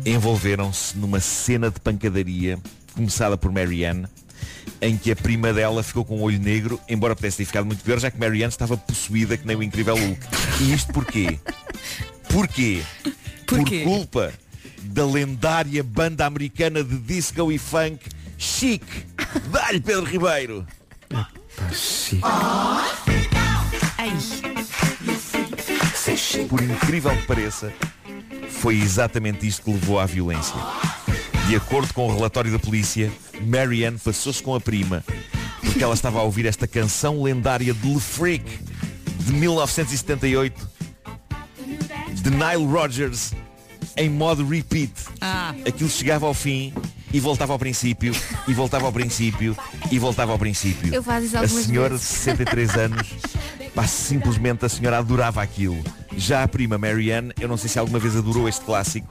Speaker 11: envolveram-se numa cena de pancadaria começada por Mary Ann em que a prima dela ficou com o olho negro, embora pudesse ter ficado muito pior, já que Mary Ann estava possuída que nem o incrível Hulk. E isto porquê? Porquê?
Speaker 5: Porquê?
Speaker 11: Por culpa da lendária banda americana de disco e funk Chic. Dá-lhe Pedro Ribeiro. Por incrível que pareça, foi exatamente isto que levou à violência. De acordo com o relatório da polícia, Marianne passou-se com a prima porque ela estava a ouvir esta canção lendária de Le Freak de 1978 de Nile Rodgers em modo repeat.
Speaker 5: Ah.
Speaker 11: Aquilo chegava ao fim e voltava ao princípio e voltava ao princípio e voltava ao princípio.
Speaker 6: Eu faço isso
Speaker 11: a
Speaker 6: algumas
Speaker 11: senhora
Speaker 6: vezes.
Speaker 11: de 63 anos, pá, simplesmente a senhora adorava aquilo. Já a prima Marianne, eu não sei se alguma vez adorou este clássico,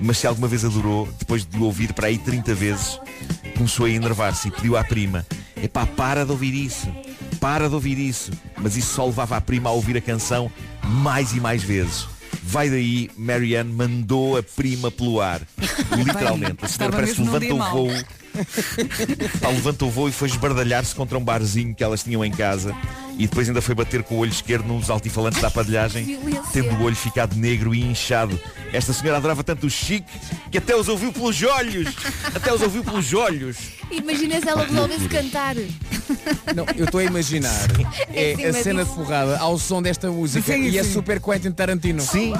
Speaker 11: mas se alguma vez adorou, depois de o ouvir para aí 30 vezes, começou a enervar-se e pediu à prima, epá, para de ouvir isso, para de ouvir isso. Mas isso só levava a prima a ouvir a canção mais e mais vezes. Vai daí, Marianne mandou a prima pelo ar. Literalmente. A
Speaker 5: estava
Speaker 11: senhora parece que
Speaker 5: mesmo num
Speaker 11: levanta
Speaker 5: dia
Speaker 11: o
Speaker 5: mau.
Speaker 11: voo Pá, levantou o voo e foi esbardalhar-se contra um barzinho que elas tinham em casa e depois ainda foi bater com o olho esquerdo num dos altifalantes da
Speaker 6: Que
Speaker 11: aparelhagem,
Speaker 6: violência.
Speaker 11: tendo o olho ficado negro e inchado. Esta senhora adorava tanto o chique que até os ouviu pelos olhos. Até os ouviu pelos olhos.
Speaker 6: Imagina se ela pelo menos cantar.
Speaker 4: Não, eu estou a imaginar.
Speaker 6: Em
Speaker 4: É
Speaker 6: cima
Speaker 4: a cena de
Speaker 6: disso.
Speaker 4: porrada ao som desta música
Speaker 6: Sim,
Speaker 4: e é
Speaker 6: sim.
Speaker 4: super Quentin Tarantino.
Speaker 11: Sim.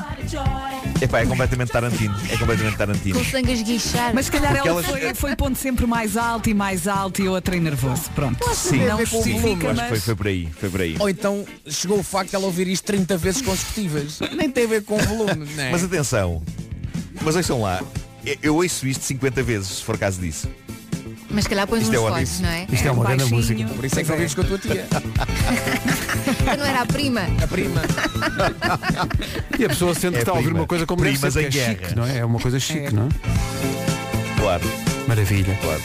Speaker 11: Epá, é completamente Tarantino. É completamente Tarantino.
Speaker 6: Com sangue a esguichar.
Speaker 5: Mas se calhar
Speaker 11: Porque
Speaker 5: ela
Speaker 11: elas-
Speaker 5: foi, foi pondo sempre mais alto e mais alto e outra em nervoso. Pronto.
Speaker 11: Sim,
Speaker 5: não
Speaker 11: sim,
Speaker 5: justifica,
Speaker 11: acho que foi,
Speaker 5: mas.
Speaker 11: foi por aí. Foi por aí.
Speaker 4: Ou então chegou o facto de ela ouvir isto 30 vezes consecutivas. Nem tem a ver com o volume, né?
Speaker 11: Mas atenção. Mas ouçam lá. Eu- Eu ouço isto 50 vezes, se for caso disso.
Speaker 6: Mas se calhar pões
Speaker 11: Isto
Speaker 6: uns
Speaker 11: é
Speaker 6: fones,
Speaker 11: ótimo.
Speaker 6: não é?
Speaker 11: Isto é uma grande
Speaker 6: Baixinho.
Speaker 11: música.
Speaker 4: Por isso é que só vives com a tua tia.
Speaker 6: Eu não era a prima.
Speaker 4: A prima.
Speaker 2: E a pessoa sente
Speaker 11: É
Speaker 2: que está a ouvir
Speaker 11: prima.
Speaker 2: uma coisa como deve
Speaker 11: Primas
Speaker 2: ser,
Speaker 11: em
Speaker 2: que é
Speaker 11: guerra.
Speaker 2: chique, não é? É uma coisa chique,
Speaker 11: É.
Speaker 2: não é?
Speaker 11: Claro.
Speaker 2: Maravilha.
Speaker 11: Claro.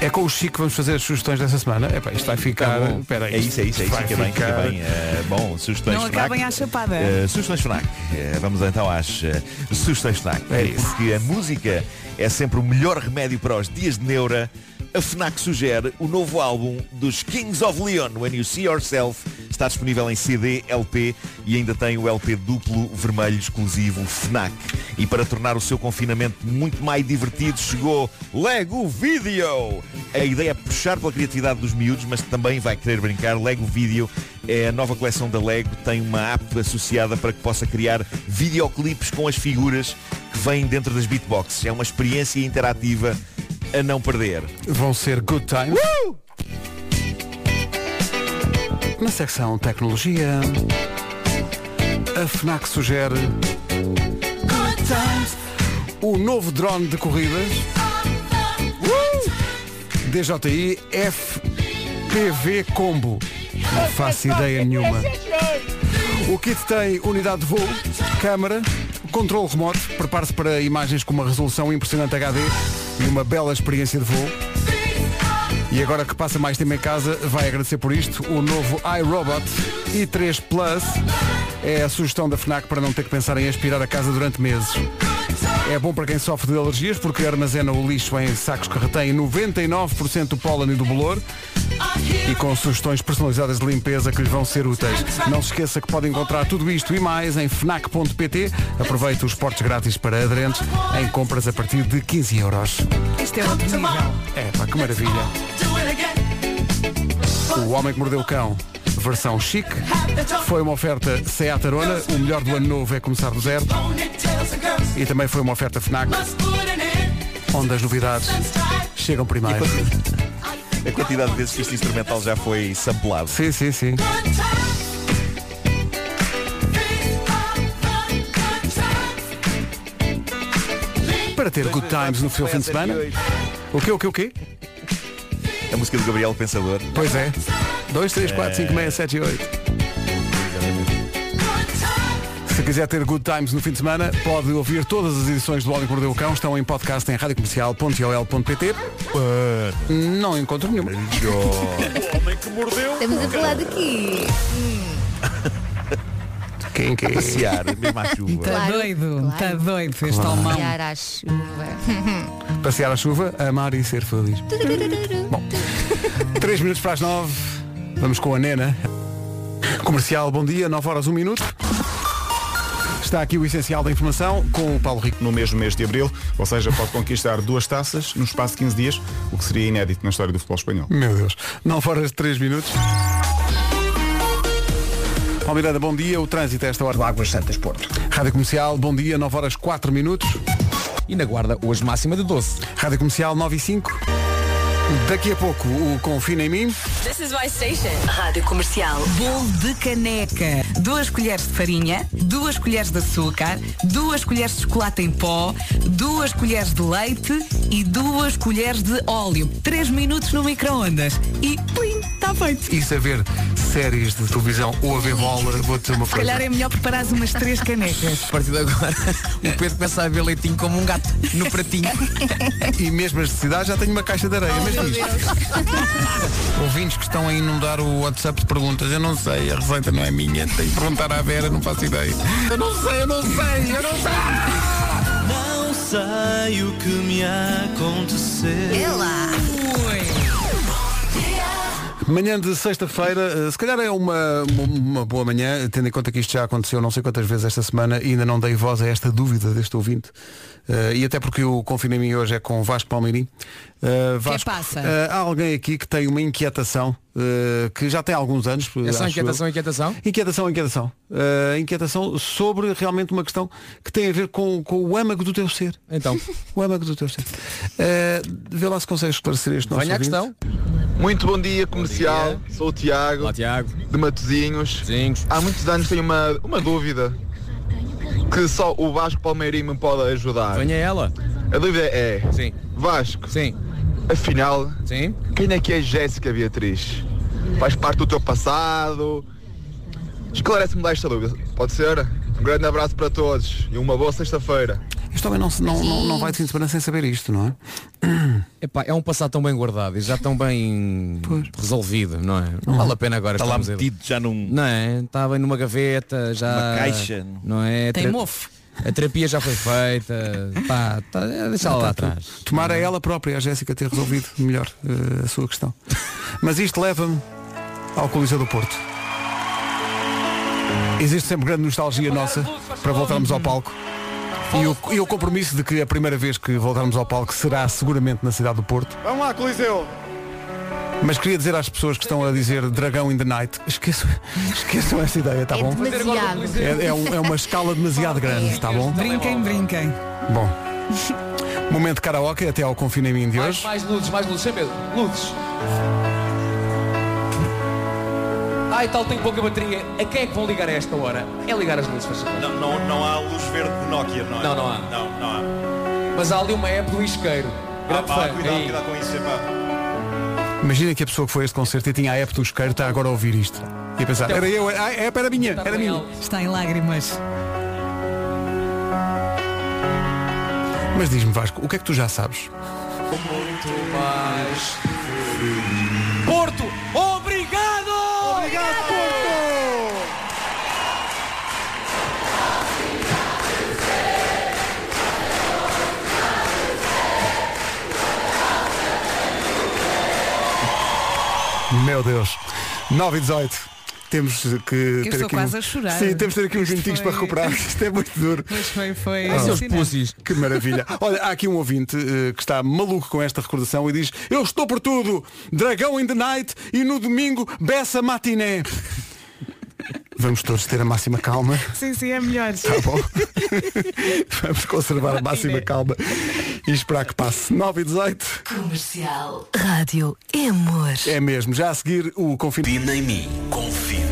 Speaker 2: É com o Chico que vamos fazer as sugestões dessa semana. Epá, isto vai ficar.
Speaker 11: Tá bom.
Speaker 2: Espera aí.
Speaker 11: É isso, é isso, é isso.
Speaker 2: Vai
Speaker 11: Fica bem, fica
Speaker 2: ficar-
Speaker 11: bem. Eh, bom, sugestões
Speaker 5: Não
Speaker 11: FNAC.
Speaker 5: acabem à chapada.
Speaker 11: Eh, sugestões FNAC. Eh, vamos então às eh, sugestões FNAC. Eh, Porque a música é sempre o melhor remédio para os dias de neura. A FNAC sugere o novo álbum dos Kings of Leon, When You See Yourself. Está disponível em CD, LP e ainda tem o LP duplo vermelho exclusivo FNAC. E para tornar o seu confinamento muito mais divertido, chegou Lego Video. A ideia é puxar pela criatividade dos miúdos, mas também vai querer brincar. Lego Video é a nova coleção da Lego, tem uma app associada para que possa criar videoclipes com as figuras que vêm dentro das beatboxes. É uma experiência interativa a não perder.
Speaker 2: Vão ser good times. Na secção tecnologia, a FNAC sugere o novo drone de corridas Uh! DJI FPV Combo. Não faço ideia nenhuma. O kit tem unidade de voo, câmara, controle remoto, prepare-se para imagens com uma resolução impressionante HD e uma bela experiência de voo. E agora que passa mais tempo em casa, vai agradecer por isto o novo iRobot i3 Plus. É a sugestão da FNAC para não ter que pensar em aspirar a casa durante meses. É bom para quem sofre de alergias porque armazena o lixo em sacos que retêm 99% do pólen e do bolor e com sugestões personalizadas de limpeza que lhe vão ser úteis. Não se esqueça que pode encontrar tudo isto e mais em fnac.pt. Aproveite os portes grátis para aderentes em compras a partir de 15 euros.
Speaker 5: Isto é outro nível.
Speaker 2: É, pá, que maravilha. O Homem que Mordeu o Cão, versão chique. Foi uma oferta Seat Arona. O melhor do ano novo é começar do zero. E também foi uma oferta FNAC, onde as novidades chegam primeiro.
Speaker 11: A quantidade de vezes que este instrumental já foi samplado.
Speaker 2: Sim, sim, sim. Para ter good times no seu fim de semana. O quê, o quê, o quê?
Speaker 11: A música do Gabriel Pensador.
Speaker 2: Pois é. 2, 3, 4, 5, 6, 7 e 8. Se quiser ter good times no fim de semana, pode ouvir todas as edições do Homem que Mordeu o Cão. Estão em podcast em radiocomercial.ol.pt Não encontro nenhuma.
Speaker 6: Estamos a falar daqui.
Speaker 2: Quem que é?
Speaker 11: passear, mesmo à chuva.
Speaker 5: Está Tá doido, está doido este
Speaker 2: Claro.
Speaker 5: homão.
Speaker 6: Olhar à chuva.
Speaker 2: Passear à chuva, amar e ser feliz. 3 minutos para as 9. Vamos com a Nena. Comercial, bom dia, 9 horas, 1 minuto. Está aqui o essencial da informação com o Paulo Rico.
Speaker 1: No mesmo mês de abril, ou seja, pode conquistar duas taças no espaço de 15 dias, o que seria inédito na história do futebol espanhol.
Speaker 2: Meu Deus. 9 horas, 3 minutos. Paulo Miranda, bom dia. O trânsito a esta hora.
Speaker 3: Águas Santas, Porto.
Speaker 2: Rádio Comercial, bom dia, 9 horas 4 minutos.
Speaker 4: E na guarda, hoje máxima de 12.
Speaker 2: Rádio Comercial 9 e 5. Daqui a pouco o Confina em mim.
Speaker 15: This is my station.
Speaker 5: Rádio Comercial. Bolo de caneca. Duas colheres de farinha, duas colheres de açúcar, duas colheres de chocolate em pó, duas colheres de leite e duas colheres de óleo. Três minutos no micro-ondas. E plim, está feito.
Speaker 2: E saber séries de televisão ou a ver bola, vou dizer uma
Speaker 5: Se calhar é melhor preparares umas três canecas.
Speaker 4: é- A partir de agora, o Pedro começa a ver leitinho como um gato no pratinho. Oh,
Speaker 2: E mesmo as cidades já tenho uma caixa de areia. mas diz. Ouvintes que estão a inundar o WhatsApp de perguntas, eu não sei, a receita não é minha, tenho que perguntar à Vera, não faço ideia. Eu não sei, eu não sei, eu não
Speaker 16: Não sei o que me aconteceu.
Speaker 5: lá.
Speaker 2: Manhã de sexta-feira, eh, se calhar é uma, uma boa manhã, tendo em conta que isto já aconteceu não sei quantas vezes esta semana e ainda não dei voz a esta dúvida deste ouvinte. Eh, e até porque o Confina em mim hoje é com Vasco Palmeirim. Eh, Vasco,
Speaker 5: passa?
Speaker 2: eh, há alguém aqui que tem uma inquietação eh, que já tem alguns anos. eh,
Speaker 4: É só
Speaker 2: acho
Speaker 4: inquietação,
Speaker 2: eu.
Speaker 4: inquietação?
Speaker 2: Inquietação, inquietação. Eh, inquietação sobre realmente uma questão que tem a ver com, com o âmago do teu ser.
Speaker 4: Então.
Speaker 2: o âmago do teu ser. Eh, vê lá se consegues esclarecer este nosso
Speaker 4: Venha à
Speaker 2: ouvinte.
Speaker 4: questão.
Speaker 17: Muito bom dia, comercial. Sou o Tiago, de Matozinhos. Há muitos anos tenho uma, uma dúvida que só o Vasco Palmeirim me pode ajudar. Venha ela. A dúvida é... Sim. Vasco. Sim. Afinal, Sim. quem é que é Jéssica Beatriz? Faz parte do teu passado? Esclarece-me lá esta dúvida, pode ser? Um grande abraço para todos e uma boa sexta-feira.
Speaker 2: Isto também não, se- não, não, não vai de fim de semana sem saber isto, não é?
Speaker 4: Epá, é um passado tão bem guardado e já tão bem resolvido, não é? Não
Speaker 2: Uhum.
Speaker 4: vale a pena agora
Speaker 11: Está lá
Speaker 4: estarmos a-
Speaker 11: metido já num.
Speaker 4: Não é? Estava numa gaveta, já.
Speaker 11: Uma caixa.
Speaker 4: Não é?
Speaker 11: Tem
Speaker 2: Eh,
Speaker 4: Tra-
Speaker 11: mofo.
Speaker 4: A terapia já foi feita. Pá, tá, é, deixa lá atrás.
Speaker 2: Tomara ela própria, a Jéssica, ter resolvido melhor eh, a sua questão. Mas isto leva-me ao Coliseu do Porto. Existe sempre grande nostalgia nossa para voltarmos ao palco. E o, e o compromisso de que a primeira vez que voltarmos ao palco será seguramente na cidade do Porto.
Speaker 14: Vamos lá, Coliseu.
Speaker 2: Mas queria dizer às pessoas que estão a dizer Dragão in the Night, esqueçam, esqueçam essa ideia, tá bom?
Speaker 5: demasiado.
Speaker 2: É, é um- é uma escala demasiado grande, tá bom?
Speaker 5: Brinquem, brinquem.
Speaker 2: Bom. Momento karaoke até ao confinamento de hoje.
Speaker 4: Mais luzes, mais luzes, sem medo. Luzes. Ai, tal, tenho pouca bateria. A quem é que vão ligar a esta hora? É ligar as luzes, faz favor.
Speaker 18: Não, não, não há luz verde de Nokia, não é?
Speaker 4: Não, não há.
Speaker 18: Não, não há.
Speaker 4: Mas há ali uma app do isqueiro.
Speaker 18: Ah,
Speaker 4: Grande
Speaker 18: pá,
Speaker 4: fã.
Speaker 18: cuidado,
Speaker 4: Aí.
Speaker 18: cuidado com isso, é epá.
Speaker 2: Imagina que a pessoa que foi a este concerto e tinha a app do isqueiro está agora a ouvir isto. E a pensar, era eu, a app era minha, era minha.
Speaker 5: Está em lágrimas.
Speaker 2: Mas diz-me Vasco, o que é que tu já sabes?
Speaker 4: Muito mais. Porto, obrigado! Obrigado, Porto!
Speaker 14: Obrigado,
Speaker 2: Meu Deus. 9 e 18. Temos que
Speaker 5: Eu
Speaker 2: ter
Speaker 5: estou
Speaker 2: aqui
Speaker 5: quase
Speaker 2: um-
Speaker 5: a chorar.
Speaker 2: Sim, temos que ter aqui uns
Speaker 5: Isto
Speaker 2: minutinhos
Speaker 5: foi-
Speaker 2: para recuperar. Isto é muito duro.
Speaker 5: Mas foi, foi.
Speaker 2: Ah.
Speaker 5: fascinante.
Speaker 2: Que maravilha. Olha, há aqui um ouvinte eh, que está maluco com esta recordação e diz Eu estou por tudo, Dragão in the Night e no domingo Beça Matiné. Vamos todos ter a máxima calma.
Speaker 5: Sim, sim, é melhor.
Speaker 2: Tá bom. Vamos conservar a máxima calma e esperar que passe. 9 e 18.
Speaker 5: Comercial. Rádio é amor.
Speaker 2: É mesmo. Já a seguir o Confina em mim. Confia em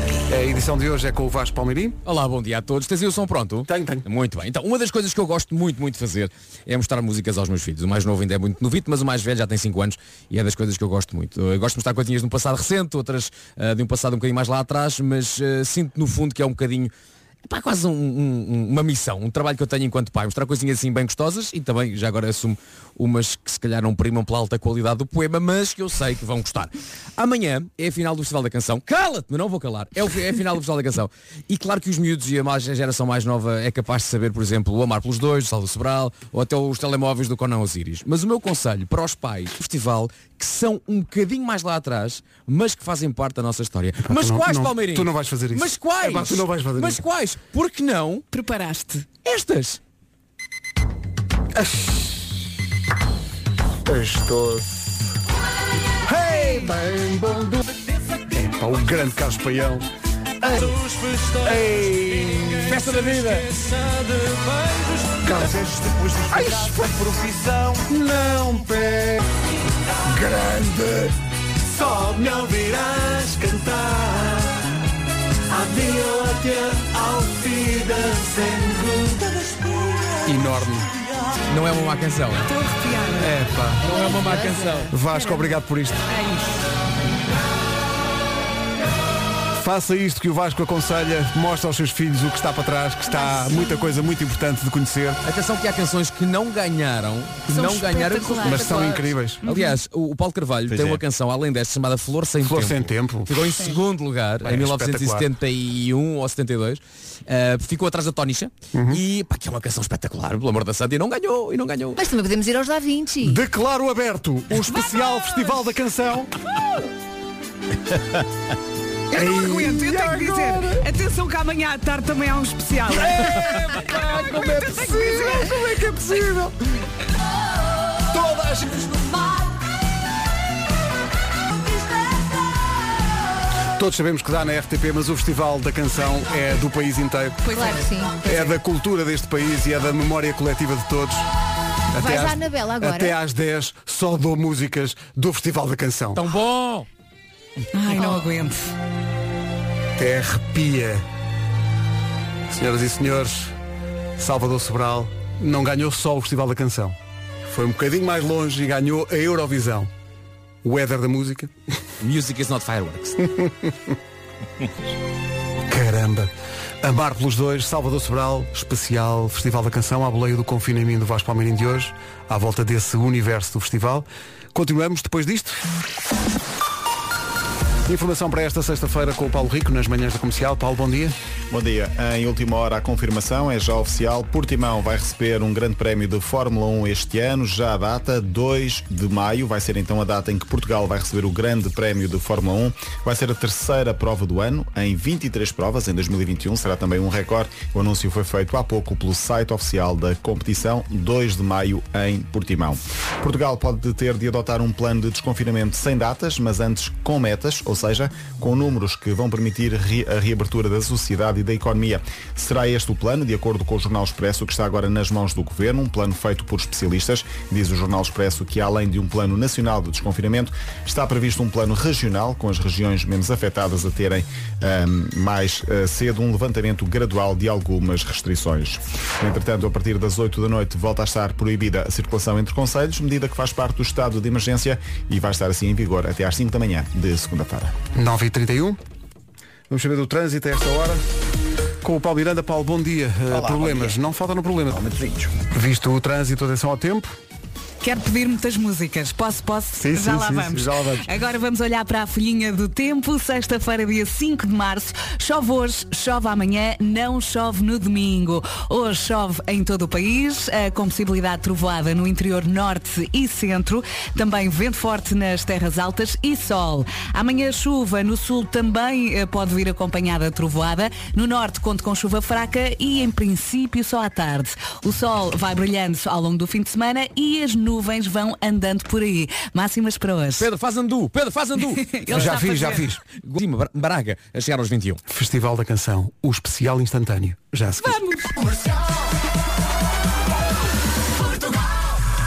Speaker 2: mim. A edição de hoje é com o Vasco Palmeirim.
Speaker 4: Olá, bom dia a todos. Tens aí o som pronto?
Speaker 2: Tenho, tenho.
Speaker 4: Muito bem. Então, uma das coisas que eu gosto muito, muito de fazer é mostrar músicas aos meus filhos. O mais novo ainda é muito novito, mas o mais velho já tem 5 anos e é das coisas que eu gosto muito. Eu gosto de mostrar coisinhas de um passado recente, outras ah, de um passado um bocadinho mais lá atrás, mas ah, sinto no fundo que é um bocadinho Pá, quase um- um- um- uma missão, um trabalho que eu tenho enquanto pai, mostrar coisinhas assim bem gostosas e também já agora assumo umas que se calhar não primam pela alta qualidade do poema, mas que eu sei que vão gostar. Amanhã é a final do Festival da Canção. Cala-te, mas não vou calar. É, o, é a final do Festival da Canção. E claro que os miúdos e a, mais, a geração mais nova é capaz de saber, por exemplo, o Amar pelos Dois, o Saldo Sobral ou até os telemóveis do Conan Osiris. Mas o meu conselho para os pais do festival que são um bocadinho mais lá atrás, mas que fazem parte da nossa história. mas
Speaker 2: tu não-
Speaker 4: quais,
Speaker 2: não-
Speaker 4: Palmeirinho?
Speaker 2: tu não vais fazer isso.
Speaker 4: Mas quais?
Speaker 2: Epá, tu não vais fazer
Speaker 4: mas
Speaker 2: isso.
Speaker 4: quais? Por que não?
Speaker 5: Preparaste.
Speaker 4: Estas.
Speaker 2: Estou. Hey, bem, bom do... Epá, o grande Carlos Paião.
Speaker 4: Festa da vida!
Speaker 16: Ai, profissão
Speaker 2: Não pé Grande
Speaker 16: Só me ouvirás cantar Adiós ao fim
Speaker 2: Enorme.
Speaker 4: Não é uma má canção.
Speaker 5: Estou arrepiada.
Speaker 2: Epá.
Speaker 4: Não é uma má canção.
Speaker 2: Vasco, obrigado por isto.
Speaker 5: É isto.
Speaker 2: Faça isto que o Vasco aconselha, mostra aos seus filhos o que está para trás, que está muita coisa muito importante de conhecer.
Speaker 4: Atenção que há canções que não ganharam, que
Speaker 2: São
Speaker 4: não ganharam, Uhum.
Speaker 2: espetaculares. Mas são incríveis.
Speaker 4: Aliás, o o Paulo Carvalho
Speaker 2: Pois
Speaker 4: tem
Speaker 2: é.
Speaker 4: uma canção além desta chamada Flor sem
Speaker 2: Flor
Speaker 4: Tempo.
Speaker 2: Sem Tempo. é
Speaker 4: Ficou em segundo lugar
Speaker 2: Bem,
Speaker 4: em 1971 ou 72. Uh, ficou atrás da Tónicha
Speaker 2: Uhum.
Speaker 4: e pá, que é uma canção espetacular, pelo amor da santa, e não ganhou, e não ganhou.
Speaker 6: Mas também podemos ir aos Da Vinci.
Speaker 2: Declaro aberto o especial Festival da Canção.
Speaker 5: Uh!
Speaker 2: É
Speaker 5: Eu não aguento, eu tenho que dizer. Atenção que amanhã à tarde também há um especial.
Speaker 16: Epá, como é possível?
Speaker 5: Como é que é possível?
Speaker 16: Todas as vezes no mar
Speaker 2: Todos sabemos que dá na RTP, mas o Festival da Canção é do país inteiro.
Speaker 6: Pois claro que sim.
Speaker 2: É da cultura deste país e é da memória coletiva de todos.
Speaker 6: Vais à Anabela agora.
Speaker 2: Até às 10 só dou músicas do Festival da Canção.
Speaker 4: Tão bom!
Speaker 5: Ai, não aguento.
Speaker 2: Até arrepia. Senhoras e senhores, Salvador Sobral não ganhou só o Festival da Canção. Foi um bocadinho mais longe e ganhou a Eurovisão. O éder da música.
Speaker 4: Music is not fireworks.
Speaker 2: Caramba! Amar pelos dois, Salvador Sobral, especial Festival da Canção, à boleia do Confina em mim do Vasco Palmeirinho de hoje, à volta desse universo do festival. Continuamos depois disto. Informação para esta sexta-feira com o Paulo Rico, nas manhãs da comercial. Paulo, bom dia.
Speaker 1: Bom dia. Em última hora, a confirmação é já oficial. Portimão vai receber um grande prémio de Fórmula 1 este ano. Já a data, 2 de maio, vai ser então a data em que Portugal vai receber o grande prémio de Fórmula 1. Vai ser a terceira prova do ano, em 23 provas, em 2021. Será também um recorde. O anúncio foi feito há pouco pelo site oficial da competição, 2 de maio, em Portimão. Portugal pode ter de adotar um plano de desconfinamento sem datas, mas antes com metas, ou seja, com números que vão permitir re- a reabertura da sociedade e da economia. Será este o plano, de acordo com o Jornal Expresso, que está agora nas mãos do Governo, um plano feito por especialistas. Diz o Jornal Expresso que, além de um plano nacional de desconfinamento, está previsto um plano regional, com as regiões menos afetadas a terem ahm, mais ah, cedo um levantamento gradual de algumas restrições. Entretanto, a partir das 8 da noite, volta a estar proibida a circulação entre conselhos, medida que faz parte do estado de emergência e vai estar assim em vigor até às 5 da manhã de segunda-feira.
Speaker 2: 9h31. Vamos saber do trânsito a esta hora. Com o Paulo Miranda. Paulo, bom dia. Eh, problemas. Não falta no problema. Visto o trânsito, atenção ao tempo.
Speaker 5: Quero pedir muitas músicas. Posso, posso?
Speaker 16: Sim,
Speaker 5: já,
Speaker 16: sim,
Speaker 5: lá
Speaker 16: sim,
Speaker 5: vamos.
Speaker 16: sim, já lá vamos.
Speaker 5: Agora vamos olhar para a folhinha do tempo. Sexta-feira, dia 5 de março. Chove hoje, chove amanhã, não chove no domingo. Hoje chove em todo o país, eh, com possibilidade de trovoada no interior norte e centro. Também vento forte nas terras altas e sol. Amanhã chuva no sul também eh, pode vir acompanhada de trovoada. No norte conto com chuva fraca e em princípio só à tarde. O sol vai brilhando ao longo do fim de semana e as nuvens vão andando por aí. Máximas para hoje.
Speaker 15: Pedro, faz andu. Pedro, faz andu.
Speaker 5: Ele está a fazer.
Speaker 15: Guadima, Bra- Braga, a chegar aos 21.
Speaker 2: Festival da Canção, o especial instantâneo. Já se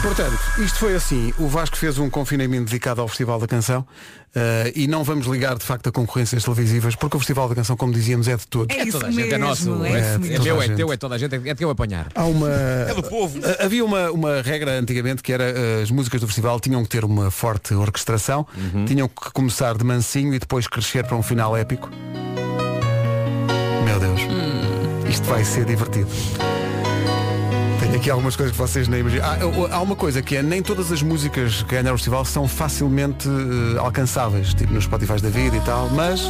Speaker 2: Portanto, isto foi assim. O Vasco fez um confinamento dedicado ao Festival da Canção eh, e não vamos ligar de facto a concorrências televisivas porque o Festival da Canção, como dizíamos, é de todos.
Speaker 15: É toda a gente, é nosso. É,
Speaker 2: de
Speaker 15: é
Speaker 2: toda
Speaker 15: teu,
Speaker 2: a
Speaker 15: é
Speaker 2: gente.
Speaker 15: teu, é toda a gente, é de eu apanhar.
Speaker 2: Há uma.
Speaker 15: É do povo.
Speaker 2: Ah, Havia uma, uma regra antigamente que era ah, as músicas do festival tinham que ter uma forte orquestração,
Speaker 15: Uhum.
Speaker 2: tinham que começar de mansinho e depois crescer para um final épico. Meu Deus. Isto vai ser divertido. Tenho aqui algumas coisas que vocês nem imaginam. Há, o- há uma coisa que é, nem todas as músicas que ganharam o festival são facilmente eh, alcançáveis, tipo nos Spotify da vida e tal, mas.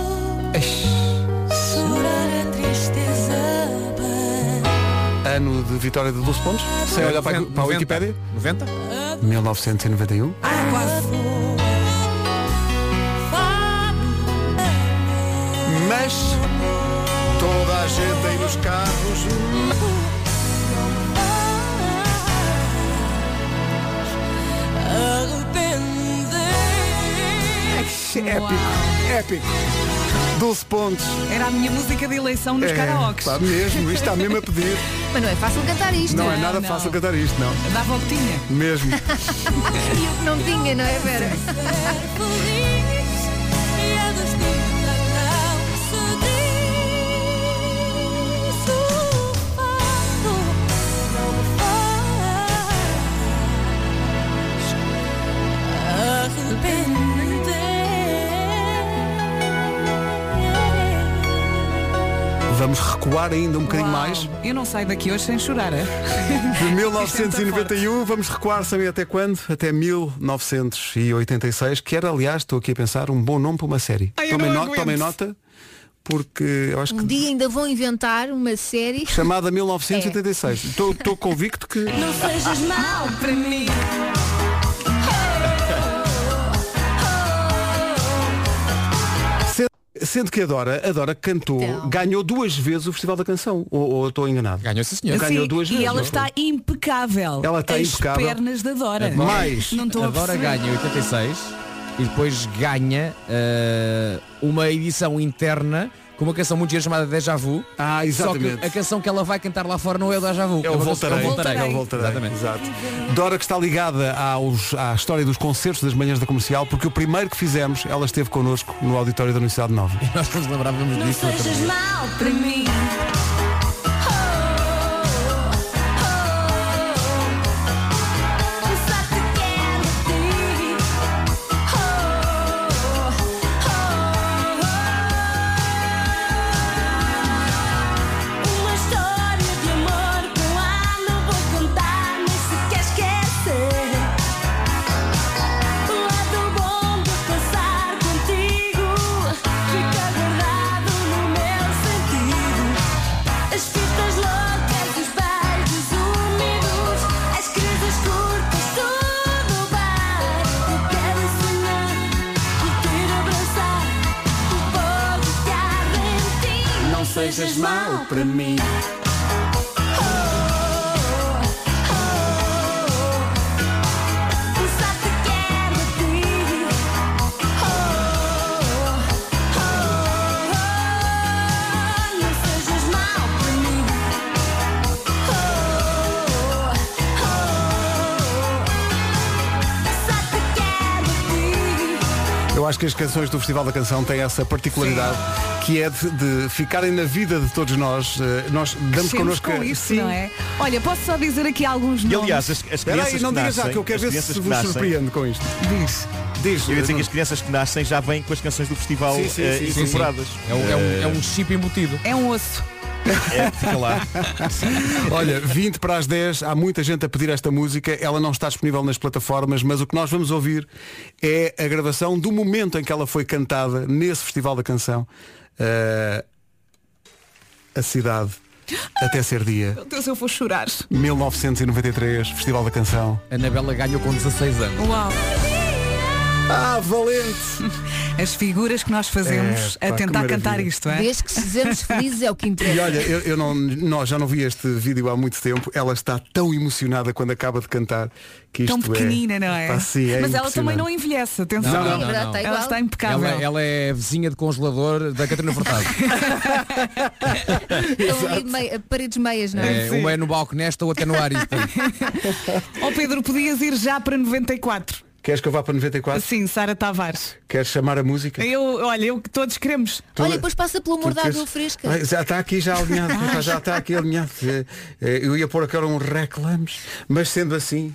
Speaker 2: Ano de vitória de 12 pontos, sem olhar para, a- para a Wikipédia.
Speaker 15: 90?
Speaker 2: 1991. Mas toda a gente aí nos carros. É Épico, épico. 12 pontos.
Speaker 5: Era a minha música de eleição nos
Speaker 2: É,
Speaker 5: karaokes.
Speaker 2: Está mesmo, isto está mesmo a pedir.
Speaker 6: Mas não é fácil cantar isto.
Speaker 2: não, é nada fácil cantar isto, não.
Speaker 5: Dava o que tinha.
Speaker 2: Mesmo.
Speaker 6: e o que não tinha, não é, Vera?
Speaker 2: Vamos recuar ainda um bocadinho
Speaker 5: Uau,
Speaker 2: mais.
Speaker 5: Eu não saio daqui hoje sem chorar, é?
Speaker 2: De 1991, vamos recuar, sabem até quando? Até 1986, que era, aliás, estou aqui a pensar, um bom nome para uma série.
Speaker 6: Ai, eu
Speaker 2: tomem,
Speaker 6: não
Speaker 2: no-
Speaker 6: aguento.
Speaker 2: tomem nota, porque eu acho que.
Speaker 6: Um dia ainda vão inventar uma série.
Speaker 2: Chamada 1986.
Speaker 6: É.
Speaker 2: Estou estou convicto que.
Speaker 16: Não sejas mal para mim.
Speaker 2: Sendo- Sendo que a Dora, a Dora cantou,
Speaker 6: Então.
Speaker 2: ganhou duas vezes o Festival da Canção. Ou, ou estou enganado?
Speaker 15: Ganhou, sim, senhor.
Speaker 2: Ganhou
Speaker 5: Sim,
Speaker 2: duas
Speaker 5: e
Speaker 2: vezes. é?
Speaker 5: ela está impecável.
Speaker 2: Ela está
Speaker 5: As
Speaker 2: impecável.
Speaker 5: pernas da Dora.
Speaker 15: Mais.
Speaker 5: Não estou a
Speaker 15: Agora
Speaker 5: perceber.
Speaker 15: ganha 86 e depois ganha eh, uma edição interna com uma canção muito gira chamada Deja Vu.
Speaker 2: Ah,
Speaker 15: Só
Speaker 2: exatamente.
Speaker 15: que a canção que ela vai cantar lá fora não é o Deja Vu.
Speaker 2: Eu
Speaker 15: uma canção-
Speaker 2: voltarei.
Speaker 15: Eu voltarei.
Speaker 2: Eu voltarei.
Speaker 15: Exatamente.
Speaker 2: Exato. Dora que está ligada aos- à história dos concertos das manhãs da comercial, porque o primeiro que fizemos, ela esteve connosco no auditório da Universidade Nova.
Speaker 15: Nós nos lembrávamos
Speaker 16: Não sejas mal para mim. Uma história de amor que lá não vou contar, nem sequer esquecer. O lado bom de passar contigo fica guardado no meu sentido. As fitas loucas, os beijos úmidos, as crises curtas, tudo bem. Eu quero sonhar, curtir, abraçar, o povo que há em ti.
Speaker 2: Não sejas mal para mim. Eu acho que as canções do Festival da Canção têm essa particularidade que é de, de ficarem na vida de todos nós. Eh, Nós damos
Speaker 5: Crescemos
Speaker 2: connosco.
Speaker 5: com
Speaker 2: a-
Speaker 5: isso,
Speaker 2: Sim.
Speaker 5: não é? Olha, posso só dizer aqui alguns
Speaker 11: E
Speaker 5: nomes.
Speaker 11: aliás, as, as
Speaker 2: Então, Espera
Speaker 11: crianças
Speaker 2: aí, não
Speaker 11: que
Speaker 2: diga
Speaker 11: nascem,
Speaker 2: já, que eu quero
Speaker 11: as
Speaker 2: ver
Speaker 11: crianças
Speaker 2: se
Speaker 11: que
Speaker 2: vos
Speaker 11: nascem-
Speaker 2: surpreendo com isto.
Speaker 5: Diz.
Speaker 2: Diz.
Speaker 11: Eu ia dizer que as crianças que nascem já vêm com as canções do festival
Speaker 2: Sim, sim,
Speaker 11: eh,
Speaker 2: sim, sim,
Speaker 11: incorporadas.
Speaker 2: sim. É um- é um- é um
Speaker 15: chip embutido.
Speaker 5: É um osso.
Speaker 11: É, fica lá.
Speaker 2: Olha, 20 para as 10, há muita gente a pedir esta música, ela não está disponível nas plataformas, mas o que nós vamos ouvir é a gravação do momento em que ela foi cantada nesse Festival da Canção. Eh, a cidade até ser dia.
Speaker 19: Meu
Speaker 5: Então,
Speaker 19: Deus, eu vou chorar.
Speaker 2: 1993, Festival da Canção.
Speaker 15: Anabela ganhou com 16 anos.
Speaker 5: Uau!
Speaker 2: Ah, valente!
Speaker 5: As figuras que nós fazemos
Speaker 2: É, pá,
Speaker 5: a tentar
Speaker 2: que maravilha.
Speaker 5: cantar isto, é?
Speaker 6: Desde que sejamos felizes é o que interessa.
Speaker 2: E olha, eu, eu não, nós já não vi este vídeo há muito tempo. Ela está tão emocionada quando acaba de cantar que isto
Speaker 5: Tão pequenina,
Speaker 2: é.
Speaker 5: não é?
Speaker 2: Pá, sim, é
Speaker 5: Mas ela também
Speaker 2: impressionante.
Speaker 5: não envelhece, atenção.
Speaker 2: Não, não, não, não.
Speaker 5: Ela está impecável.
Speaker 15: Ela, ela é vizinha de congelador da Catarina Furtado.
Speaker 6: Estão ali meia- paredes meias, não é?
Speaker 15: É, uma é no balconesta, outra é no arista.
Speaker 5: Ó Pedro, podias ir já para 94.
Speaker 2: Queres que eu vá para 94?
Speaker 5: Sim, Sara Tavares.
Speaker 2: Queres chamar a música?
Speaker 5: Eu, olha, eu que todos queremos.
Speaker 2: Tu- Olha, e depois
Speaker 6: passa pelo
Speaker 2: Tu queres- Ai, Já está aqui já alinhado, já- já está aqui alinhado. Eh, eh, Eu ia pôr agora um reclames, mas sendo assim.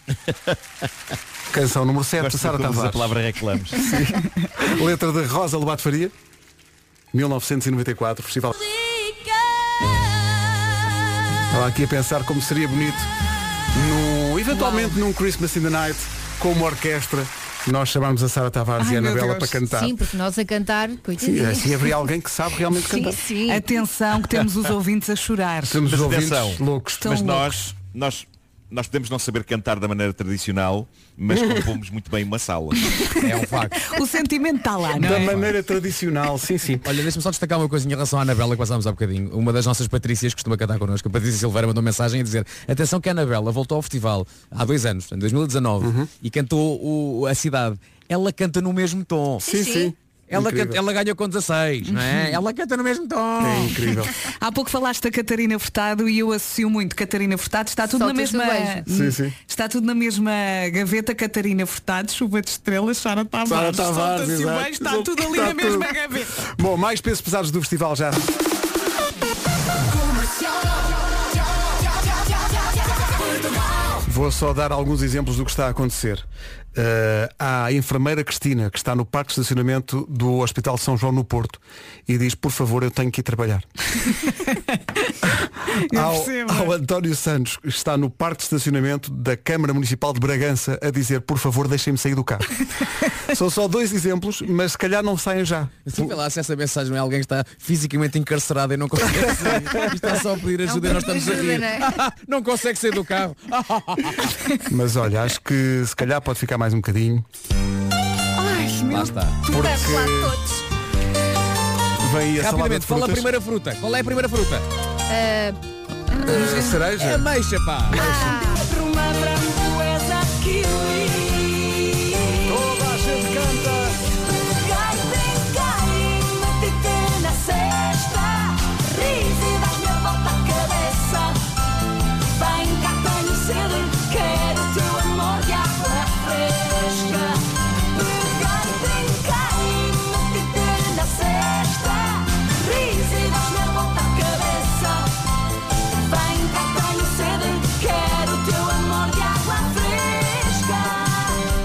Speaker 2: Canção número 7,
Speaker 11: Gosto
Speaker 2: Sara
Speaker 11: quando usas
Speaker 2: Tavares.
Speaker 11: a palavra reclames.
Speaker 2: Letra de Rosa Lobato Faria, 1994, Festival. Estava aqui a pensar como seria bonito, num- eventualmente num Christmas in the Night, com uma orquestra, nós chamarmos a Sara Tavares e a Anabela para cantar.
Speaker 6: Sim, porque nós a cantar, coitadinho.
Speaker 2: tá. Sim, assim haveria alguém que sabe realmente
Speaker 6: Sim,
Speaker 2: cantar.
Speaker 6: sim.
Speaker 5: É, Atenção, que temos os ouvintes a chorar.
Speaker 2: Temos os ouvintes loucos.
Speaker 5: Estão
Speaker 11: mas
Speaker 5: loucos.
Speaker 11: nós, nós, nós podemos não saber cantar da maneira tradicional, mas compomos muito bem uma sala.
Speaker 15: É um facto.
Speaker 5: O sentimento está lá, não
Speaker 15: Da
Speaker 5: é?
Speaker 2: maneira tradicional, sim, sim.
Speaker 15: Olha, deixa-me só destacar uma coisa em relação à Anabela que passámos há bocadinho. Uma das nossas Patrícias que costuma cantar connosco, a Patrícia Silveira, mandou mensagem a dizer atenção que a Anabela voltou ao festival há dois anos, em 2019,
Speaker 5: Uhum.
Speaker 15: e cantou o- a cidade. Ela canta no mesmo tom.
Speaker 5: Sim, sim. sim.
Speaker 15: Ela,
Speaker 5: Incrível.
Speaker 15: canta- ela ganhou com 16, não é?
Speaker 5: Uhum.
Speaker 15: Ela canta no mesmo tom.
Speaker 5: É incrível. Há pouco falaste da Catarina Furtado e eu associo muito Catarina Furtado. Está tudo na
Speaker 6: Solta-se
Speaker 5: mesma.
Speaker 6: o
Speaker 2: beijo. Sim, sim.
Speaker 5: Está tudo na mesma gaveta. Catarina Furtado, chuva de estrelas, Sara Tavares.
Speaker 2: Sara Tavares,
Speaker 5: Solta-se o
Speaker 2: exato.
Speaker 5: beijo, assim está tudo ali
Speaker 2: Está
Speaker 5: na mesma
Speaker 2: tudo.
Speaker 5: gaveta.
Speaker 2: Bom, mais pesos pesados do festival já. Vou só dar alguns exemplos do que está a acontecer. Eh, há a enfermeira Cristina, que está no parque de estacionamento do Hospital São João no Porto, e diz, por favor, eu tenho que ir trabalhar. ao, ao António Santos, que está no parque de estacionamento da Câmara Municipal de Bragança, a dizer, por favor, deixem-me sair do carro. São só dois exemplos, mas se calhar não saem já.
Speaker 15: Sim, vê lá se essa mensagem não é alguém que está fisicamente encarcerado e não consegue sair. E Está só a pedir ajuda e nós estamos a rir.
Speaker 6: é? né?
Speaker 15: Não consegue sair do carro.
Speaker 2: Mas olha, acho que se calhar pode ficar mais um bocadinho.
Speaker 16: Ai, meu
Speaker 2: Lá está.
Speaker 16: Tu
Speaker 2: Porque-
Speaker 16: deves lá todos.
Speaker 2: Vem aí a salada de
Speaker 15: Rapidamente, fala a
Speaker 2: frutas.
Speaker 15: primeira fruta. Qual é a primeira fruta?
Speaker 6: Ah,
Speaker 2: Eh, cereja?
Speaker 15: É ameixa, pá.
Speaker 16: Dentro uma framboesa kiwi. Toda a gente canta. Pegai, pegai, meti-te na cesta. Ris e dás-me a volta à cabeça. Vem cá, tenho sede, um quero o teu amor e água fresca. Pegai, pegai, meti-te na cesta. Ris e dás-me a volta à cabeça. Vem cá, tenho sede, um quero o teu amor de água fresca.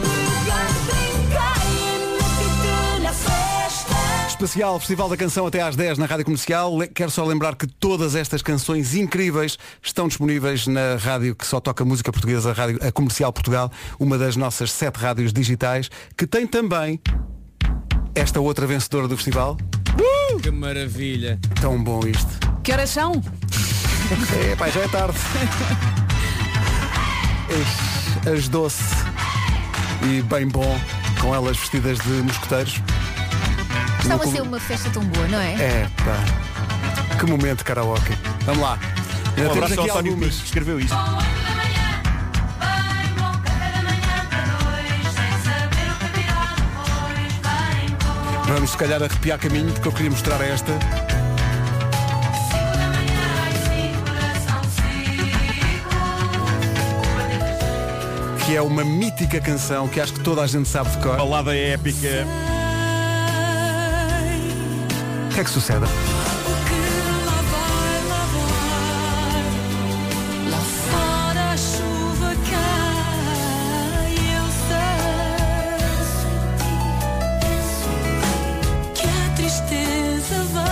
Speaker 16: Pegar, brincar e meter-te na festa.
Speaker 2: Especial Festival da Canção até às 10 na Rádio Comercial. Le- Quero só lembrar que todas estas canções incríveis estão disponíveis na rádio que só toca música portuguesa, a, rádio, a Comercial Portugal, uma das nossas sete rádios digitais, que tem também esta outra vencedora do festival.
Speaker 15: Que maravilha.
Speaker 2: Tão bom isto.
Speaker 5: Que horas são?
Speaker 2: É, pá, já é tarde. As- As doce e bem bom, com elas vestidas de mosqueteiros.
Speaker 6: Estava a
Speaker 2: Nunca-
Speaker 6: ser uma festa tão boa, não é?
Speaker 2: É, pá. Que momento de karaoke. Vamos lá.
Speaker 11: Um
Speaker 2: Ainda temos
Speaker 11: abraço ao
Speaker 2: aqui
Speaker 11: António
Speaker 2: algumas.
Speaker 11: Pires, que escreveu isto.
Speaker 2: Vamos se calhar arrepiar caminho porque eu queria mostrar esta. Que é uma mítica canção que acho que toda a gente sabe de cor.
Speaker 11: Balada épica.
Speaker 2: O que é que sucede?
Speaker 16: Lá fora a chuva cai e eu sei que a tristeza vai.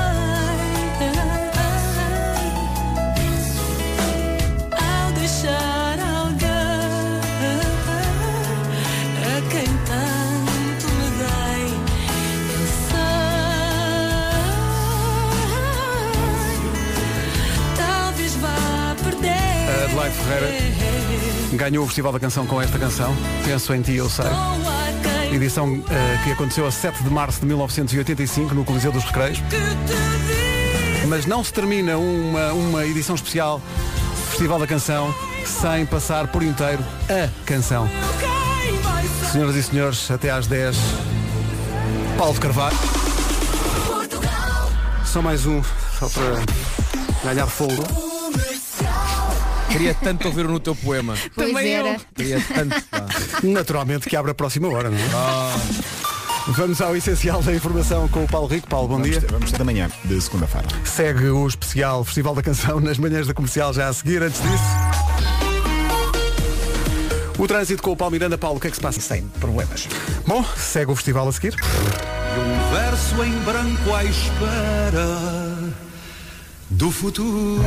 Speaker 2: Adelaide Ferreira ganhou o Festival da Canção com esta canção. Penso em ti, eu sei. Edição eh, que aconteceu a 7 de março de 1985 no Coliseu dos Recreios. Mas não se termina uma, uma edição especial do Festival da Canção sem passar por inteiro a canção. Senhoras e senhores, até às 10, Paulo de Carvalho. Só mais um, só para ganhar fogo.
Speaker 15: Queria tanto ouvir no teu poema.
Speaker 6: Pois Também era. eu.
Speaker 15: Queria tanto.
Speaker 2: Naturalmente que abre a próxima hora, não é?
Speaker 1: Ah.
Speaker 2: Vamos ao essencial da informação com o Paulo Rico. Paulo, bom dia.
Speaker 1: Vamos ter da manhã, de segunda-feira.
Speaker 2: Segue o especial Festival da Canção nas manhãs da comercial já a seguir. Antes disso. O trânsito com o Paulo Miranda. Paulo, o que é que se passa? Sem problemas. Bom, segue o festival a seguir.
Speaker 16: Um verso em branco à espera do futuro.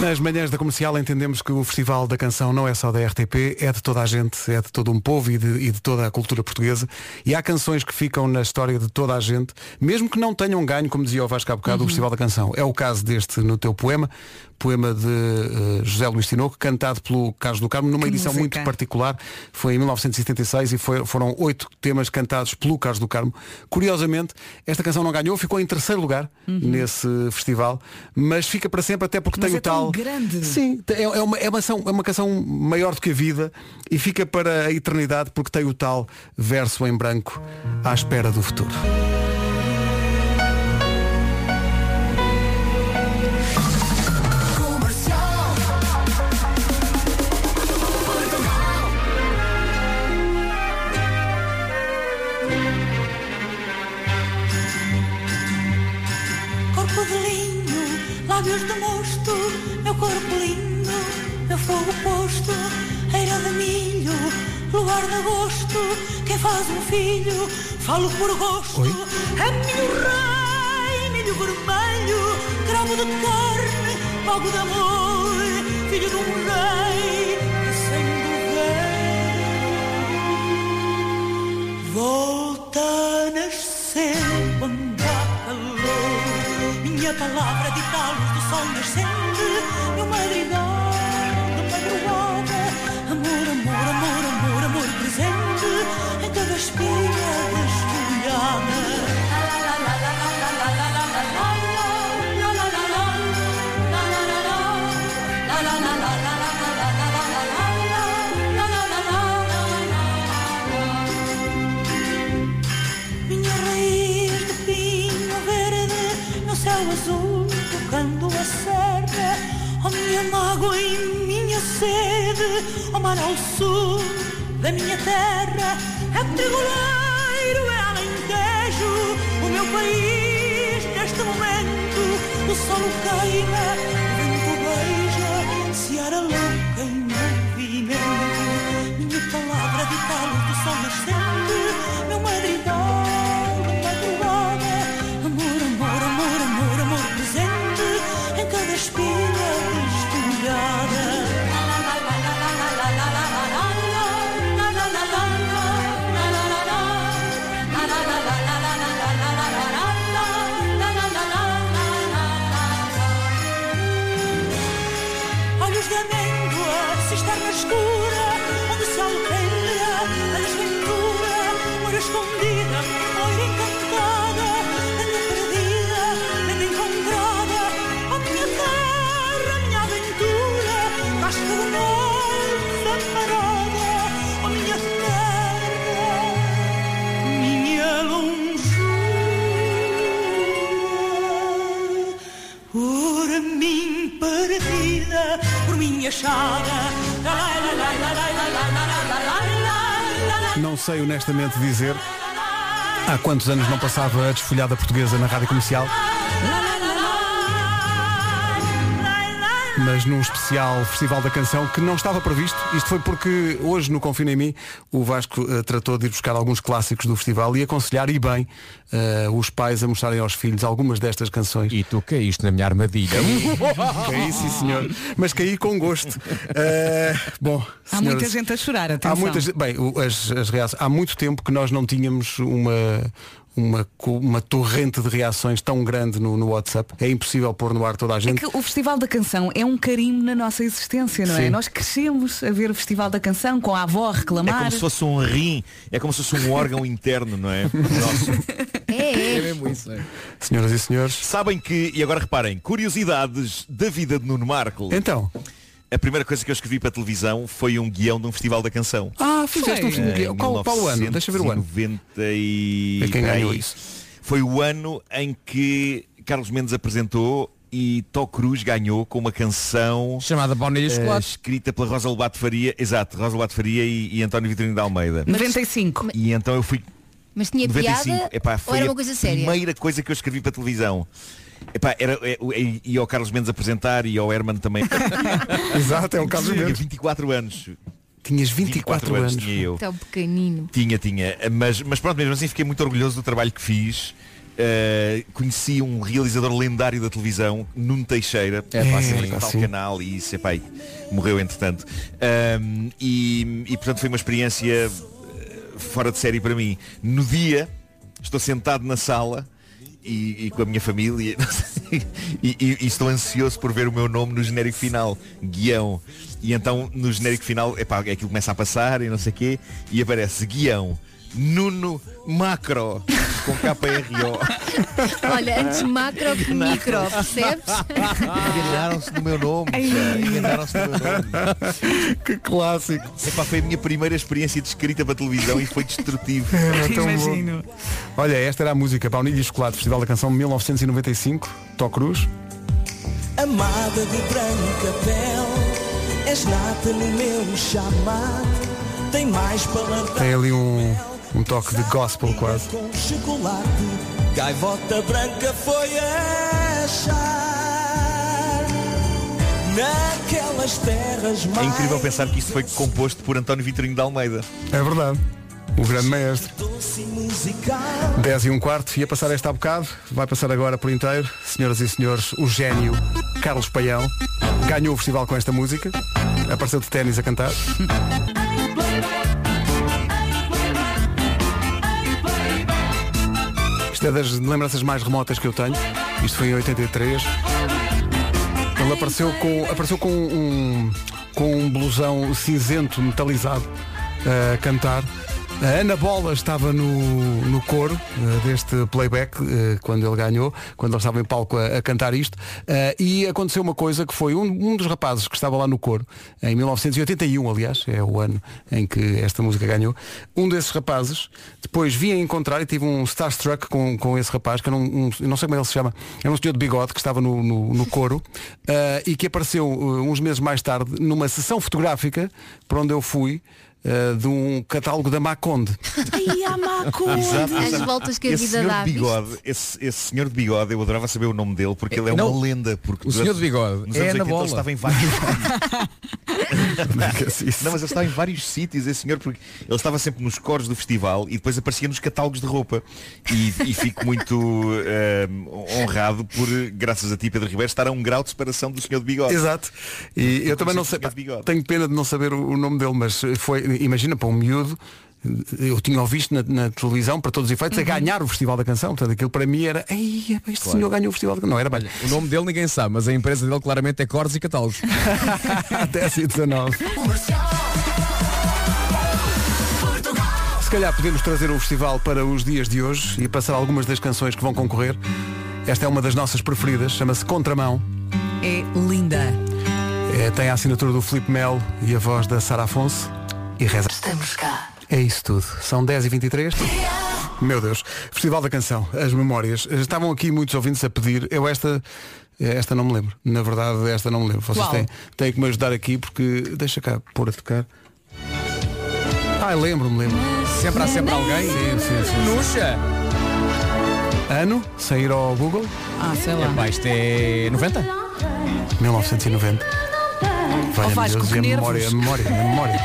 Speaker 2: Nas manhãs da comercial entendemos que o Festival da Canção não é só da RTP, é de toda a gente, é de todo um povo e de, e de toda a cultura portuguesa. E há canções que ficam na história de toda a gente, mesmo que não tenham ganho, como dizia o Vasco há bocado,
Speaker 19: Uhum.
Speaker 2: o Festival da Canção. É o caso deste no teu poema, poema de eh, José Luís Tinoco, cantado pelo Carlos do Carmo, numa
Speaker 19: Que
Speaker 2: edição
Speaker 19: música.
Speaker 2: muito particular. Foi em 1976 e foi- foram oito temas cantados pelo Carlos do Carmo. Curiosamente, esta canção não ganhou, ficou em terceiro lugar
Speaker 19: Uhum.
Speaker 2: nesse festival, mas fica para sempre até porque
Speaker 16: Mas
Speaker 2: tem
Speaker 16: é
Speaker 2: o
Speaker 16: tão
Speaker 2: tal.
Speaker 16: grande.
Speaker 2: Sim, é, é uma, é, uma ação- é uma canção maior do que a vida e fica para a eternidade porque tem o tal verso em branco à espera do futuro.
Speaker 16: Corpo de linho, lábios de mosto, meu corpo lindo, meu fogo posto, eira de milho, luar de agosto, quem faz um filho, falo por gosto, é milho rei, milho vermelho, cravo de carne, pago de amor, filho de um rei, e sem governo. Volta a nascer quando há calor. Minha palavra de talos do sol nascente, meu madrigal de madrugada. Amor, amor, amor, amor, amor presente em toda a espinha desfolhada. Minha raiz de pinho verde no céu azul, tocando a serra. Oh, minha mágoa e minha sede, oh, mar ao sul da minha terra. É tribuleiro, é alentejo, o meu país neste momento. O sol queima, o vento beija, seara louca em movimento. Minha palavra de talo do sol nascente, é meu madrigal é de madrugada. Amor, amor, amor, amor, amor presente em cada espinha desfolhada. Olhos de amêndoa, cisterna escura, onde se alqueia a desventura, hora escondida, hora encantada, anda perdida, anda encontrada, a minha terra, a minha aventura, casca de nós, amparada, a minha terra, minha longura. Por mim perdida, por minha chaga. La, la, la, la, la, la, la, la, la, la, la, la, la.
Speaker 2: Não sei honestamente dizer há quantos anos não passava a desfolhada portuguesa na rádio comercial. Mas num especial Festival da Canção que não estava previsto. Isto foi porque hoje no Confina em Mim o Vasco eh, tratou de ir buscar alguns clássicos do festival e aconselhar, e bem, eh, os pais a mostrarem aos filhos algumas destas canções.
Speaker 15: E tu caíste na minha armadilha.
Speaker 2: Caí, sim senhor. Mas caí com gosto. Eh, bom,
Speaker 5: Há
Speaker 2: senhoras-
Speaker 5: muita gente a chorar, atenção.
Speaker 2: Há muitas, bem, o- as, as reações- há muito tempo que nós não tínhamos uma uma, co- uma torrente de reações tão grande no, no WhatsApp. É impossível pôr no ar toda a
Speaker 5: É
Speaker 2: gente.
Speaker 5: que o Festival da Canção é um carimbo na nossa existência, não é?
Speaker 2: Sim.
Speaker 5: Nós crescemos a ver o Festival da Canção com a avó a
Speaker 11: É
Speaker 5: reclamar.
Speaker 11: como se fosse um rim, é como se fosse um órgão interno, não é?
Speaker 5: É, é.
Speaker 2: Senhoras e senhores.
Speaker 11: Sabem que, e agora reparem, curiosidades da vida de Nuno Marco.
Speaker 2: Então.
Speaker 11: A primeira coisa que eu escrevi para a televisão foi um guião de um festival da canção.
Speaker 2: Ah, fizeste um filme.
Speaker 11: Em
Speaker 2: Qual, qual o
Speaker 11: É,
Speaker 2: ano? Deixa eu ver o ano.
Speaker 11: 1990 e...
Speaker 2: É quem ganhou
Speaker 11: Ai,
Speaker 2: isso.
Speaker 11: Foi o ano em que Carlos Mendes apresentou e Tó Cruz ganhou com uma canção
Speaker 15: Chamada Baunilha de Chocolate.
Speaker 11: escrita pela Rosa Lobato Faria, exato, Rosa Lobato Faria e, e António Vitorino de Almeida.
Speaker 5: 95.
Speaker 11: E então eu fui
Speaker 6: Mas tinha
Speaker 11: 95.
Speaker 6: piada
Speaker 11: Epá,
Speaker 6: ou
Speaker 11: foi
Speaker 6: era
Speaker 11: a
Speaker 6: uma coisa séria?
Speaker 11: primeira coisa que eu escrevi para televisão. Epá, era, é, é, e ao Carlos Mendes apresentar e ao Herman também.
Speaker 2: Exato, é o Carlos
Speaker 11: Tinha
Speaker 2: Mendes.
Speaker 11: 24 anos.
Speaker 2: Tinhas 24, anos.
Speaker 11: tinha eu.
Speaker 6: Tão pequenino.
Speaker 11: Tinha, tinha. Mas, mas pronto, mesmo assim fiquei muito orgulhoso do trabalho que fiz. Uh, conheci um realizador lendário da televisão, Nuno Teixeira,
Speaker 15: É, pá, sim,
Speaker 11: em tal
Speaker 15: sim.
Speaker 11: canal e isso, epá, e morreu entretanto. Um, e, e portanto foi uma experiência uh, fora de série para mim. No dia, estou sentado na sala e, e com a minha família e, e- e estou ansioso por ver o meu nome no genérico final, guião. E então no genérico final epá, é aquilo que começa a passar e não sei o quê e aparece guião. Nuno Macro com KRO.
Speaker 6: Olha, antes macro que micro, percebes?
Speaker 11: Enganaram-se no meu nome. cara. Enganaram-se no meu nome.
Speaker 2: que clássico.
Speaker 11: Epá, foi a minha primeira experiência de escrita para televisão e foi destrutivo.
Speaker 2: Era tão bom. Olha, esta era a música Baunilha e Chocolate, Festival da Canção 1995, Tó Cruz.
Speaker 16: É. Amada de branca pele, és nata no meu chamado. Tem mais paladar
Speaker 2: Tem ali um, um toque de gospel quase.
Speaker 16: com chocolate. Gaivota branca foi achar naquelas terras
Speaker 11: É
Speaker 16: mais.
Speaker 11: incrível pensar que isto foi composto por António Vitorino de Almeida.
Speaker 2: É verdade. O grande maestro.
Speaker 16: Doce musical.
Speaker 2: 10 e um quarto, ia passar esta há bocado, vai passar agora por inteiro. Senhoras e senhores, o gênio Carlos Paião ganhou o festival com esta música. Apareceu de ténis a cantar. Isto é das lembranças mais remotas que eu tenho. Isto foi em 83. Ele apareceu com, apareceu com um, com um blusão cinzento, metalizado, eh, a cantar. A Ana Bola estava no, no coro eh, deste playback, eh, quando ele ganhou, quando ele estava em palco a, a cantar isto. Eh, e aconteceu uma coisa que foi um, um dos rapazes que estava lá no coro, em 1981, aliás, é o ano em que esta música ganhou. Um desses rapazes depois via encontrar e tive um starstruck com, com esse rapaz, que era um, um- eu não sei como ele se chama, era um senhor de bigode que estava no, no, no coro eh, e que apareceu eh, uns meses mais tarde numa sessão fotográfica para onde eu fui. eh, de um catálogo da Maconde.
Speaker 16: Ai, a
Speaker 11: Exato,
Speaker 16: macunda.
Speaker 11: exato. esse senhor de bigode, esse, esse senhor de bigode, eu adorava saber o nome dele porque ele é
Speaker 15: Não,
Speaker 11: uma lenda. Porque
Speaker 15: o
Speaker 11: durante-
Speaker 15: senhor de bigode
Speaker 11: nos
Speaker 15: é
Speaker 11: anos
Speaker 15: Ana
Speaker 11: 80
Speaker 15: Bola.
Speaker 11: ele estava em vários sítios. Não, mas ele estava em vários sítios, esse senhor, porque ele estava sempre nos coros do festival e depois aparecia nos catálogos de roupa. E, e fico muito eh, honrado por, graças a ti, Pedro Ribeiro, estar a um grau de separação do senhor de bigode.
Speaker 2: Exato. E eu também não sei, tenho pena de não saber o, o nome dele, mas foi, imagina, para um miúdo, eu tinha o visto na, na televisão, para todos os efeitos, a ganhar o Festival da Canção. Portanto, aquilo para mim era, ei, este senhor ganhou o Festival da Canção. Não, era bem.
Speaker 15: O nome dele ninguém sabe, mas a empresa dele claramente é Cordes e Catálogos.
Speaker 2: 10 e 19. Se calhar podemos trazer o festival para os dias de hoje e passar algumas das canções que vão concorrer. Esta é uma das nossas preferidas, chama-se Contramão.
Speaker 5: É linda.
Speaker 2: É, tem a assinatura do Filipe Melo e a voz da Sara Afonso. E reza.
Speaker 5: Estamos cá.
Speaker 2: É isso tudo. São 10h23. Meu Deus. Festival da Canção, as memórias. Estavam aqui muitos ouvintes a pedir. Eu esta. Esta não me lembro. Na verdade, esta não me lembro. Vocês
Speaker 16: Qual?
Speaker 2: têm, têm que me ajudar aqui porque. Deixa cá pôr a tocar. Ai, lembro-me, lembro.
Speaker 15: Sempre há sempre alguém.
Speaker 2: Sim, sim, sim.
Speaker 15: Nuxa!
Speaker 2: Ano, sair ao Google.
Speaker 5: Ah, sei lá.
Speaker 15: Epá, isto é 90?
Speaker 2: 1990. Valha-me
Speaker 16: Vasco,
Speaker 2: Deus,
Speaker 16: que
Speaker 2: e a memória, a
Speaker 16: nervos.
Speaker 2: memória, a memória.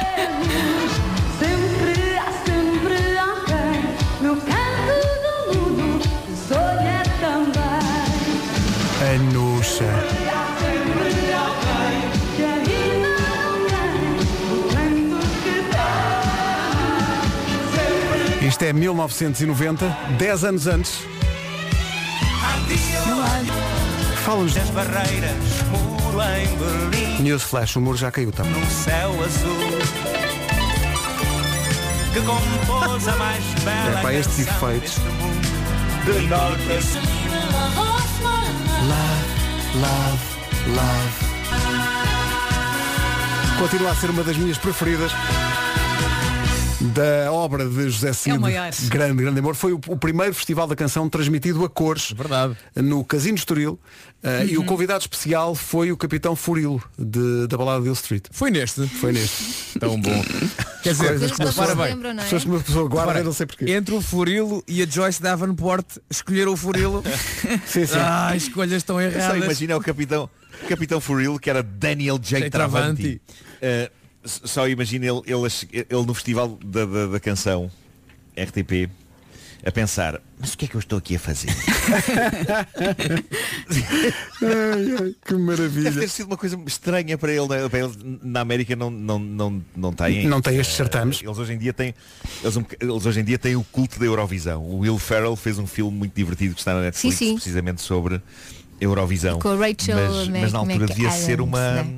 Speaker 16: Sempre há sempre alguém no canto do mundo que sonha também.
Speaker 2: Anusha.
Speaker 16: Sempre há sempre alguém que ainda não tem o canto que dá. Sempre
Speaker 2: Isto é 1990, 10 anos antes. Fala-nos
Speaker 16: das barreiras, muro em Berlim,
Speaker 2: Newsflash, o muro já caiu, tá?
Speaker 16: no céu azul. Que compôs a mais bela
Speaker 2: É para estes
Speaker 16: canção
Speaker 2: efeitos.
Speaker 16: deste mundo, de norte a
Speaker 11: é
Speaker 16: sul.
Speaker 2: Love, love. Continua a ser uma das minhas preferidas. Da obra de José Cid,
Speaker 5: maior.
Speaker 2: grande, grande amor, foi o, o primeiro festival da canção transmitido a cores no Casino Estoril eh, e o convidado especial foi o Capitão Furilo de- da Balada de Hill Street.
Speaker 15: Foi neste?
Speaker 2: Foi neste.
Speaker 15: Tão bom. Quer dizer,
Speaker 2: Coisas que uma pessoa-
Speaker 15: repara bem.
Speaker 2: as pessoas que uma pessoa guarda, eu não sei porquê.
Speaker 15: Entre o Furilo e a Joyce Davenport, escolheram o Furilo.
Speaker 2: sim, sim.
Speaker 15: Ah, as escolhas estão
Speaker 11: Eu
Speaker 15: erradas.
Speaker 11: Só imagina o capitão, o capitão for real, que era Daniel J.
Speaker 15: J. Travanti.
Speaker 11: Travanti. Eh, s- só imagina ele, ele, a che- ele no festival da, da- da canção RTP a pensar, mas o que é que eu estou aqui a fazer?
Speaker 2: Ai, ai, que
Speaker 11: Deve
Speaker 2: maravilha.
Speaker 11: ter sido uma coisa estranha para ele, né? Para ele, na América não, não, não, não tem.
Speaker 2: Não tem estes
Speaker 11: Eh,
Speaker 2: certames.
Speaker 11: Eles hoje em dia têm. Eles, um boca- eles hoje em dia têm o culto da Eurovisão. O Will Ferrell fez um filme muito divertido que está na Netflix
Speaker 6: Sim, sim.
Speaker 11: precisamente sobre Eurovisão.
Speaker 6: Com a Rachel
Speaker 11: mas, mas na altura
Speaker 6: Mac-
Speaker 11: devia
Speaker 6: McAdams,
Speaker 11: ser uma.
Speaker 6: né?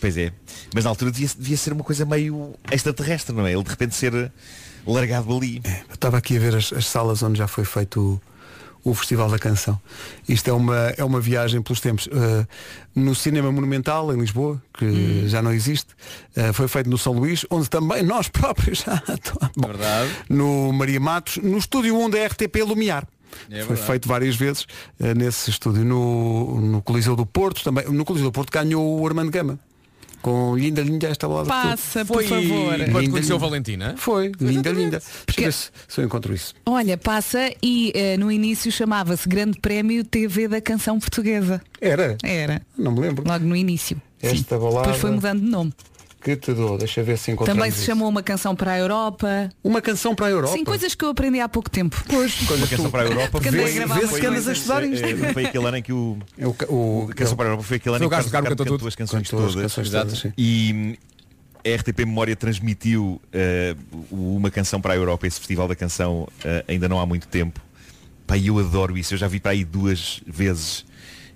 Speaker 11: Pois é. Mas na altura devia, devia ser uma coisa meio extraterrestre, não é? Ele de repente ser largado ali.
Speaker 2: Eu estava aqui a ver as, as salas onde já foi feito o, o Festival da Canção. Isto é uma, é uma viagem pelos tempos. Uh, no Cinema Monumental, em Lisboa, que
Speaker 15: Hum.
Speaker 2: já não existe, uh, foi feito no São Luís, onde também nós próprios já atuámos.
Speaker 15: É Verdade.
Speaker 2: no Maria Matos, no estúdio 1 da RTP Lumiar.
Speaker 15: É
Speaker 2: Foi
Speaker 15: verdade.
Speaker 2: feito várias vezes eh, nesse estúdio. No, no Coliseu do Porto também. No Coliseu do Porto ganhou o Armando Gama. Com linda, linda esta balada. que tu-
Speaker 5: Passa, por Foi favor. quando
Speaker 2: Linda,
Speaker 15: conheceu a
Speaker 2: linda.
Speaker 15: Valentina?
Speaker 2: Foi, linda, linda. Porque... Se, se eu encontro isso.
Speaker 5: Olha, passa e eh, no início chamava-se Grande Prémio TV da Canção Portuguesa.
Speaker 2: Era?
Speaker 5: Era.
Speaker 2: Não me lembro.
Speaker 5: Logo no início.
Speaker 2: Esta balada
Speaker 5: Depois foi mudando de nome.
Speaker 2: que te dou. Deixa ver se encontramos
Speaker 5: Também se
Speaker 2: isso.
Speaker 5: chamou uma canção para a Europa.
Speaker 2: Uma canção para a Europa.
Speaker 5: Sim, coisas que eu aprendi há pouco tempo.
Speaker 2: Pois,
Speaker 11: Uma canção para a Europa
Speaker 5: Porque andei a gravar
Speaker 11: foi-
Speaker 5: umas
Speaker 11: foi-
Speaker 5: coisas.
Speaker 11: eh, eh, Foi aquele ano em que o.
Speaker 2: É o,
Speaker 11: canção para a Europa foi aquele ano
Speaker 15: Foi
Speaker 11: em
Speaker 15: o Carlos Carmo
Speaker 11: que Carlos Carmo
Speaker 15: cantou
Speaker 11: cantou
Speaker 15: tudo.
Speaker 11: as canções
Speaker 15: Cantou as
Speaker 11: todas.
Speaker 15: canções Exato. todas, sim.
Speaker 11: E hum, a RTP Memória transmitiu eh, o- uma canção para a Europa, esse festival da canção, eh, ainda não há muito tempo. Pá, e eu adoro isso. Eu já vi para aí duas vezes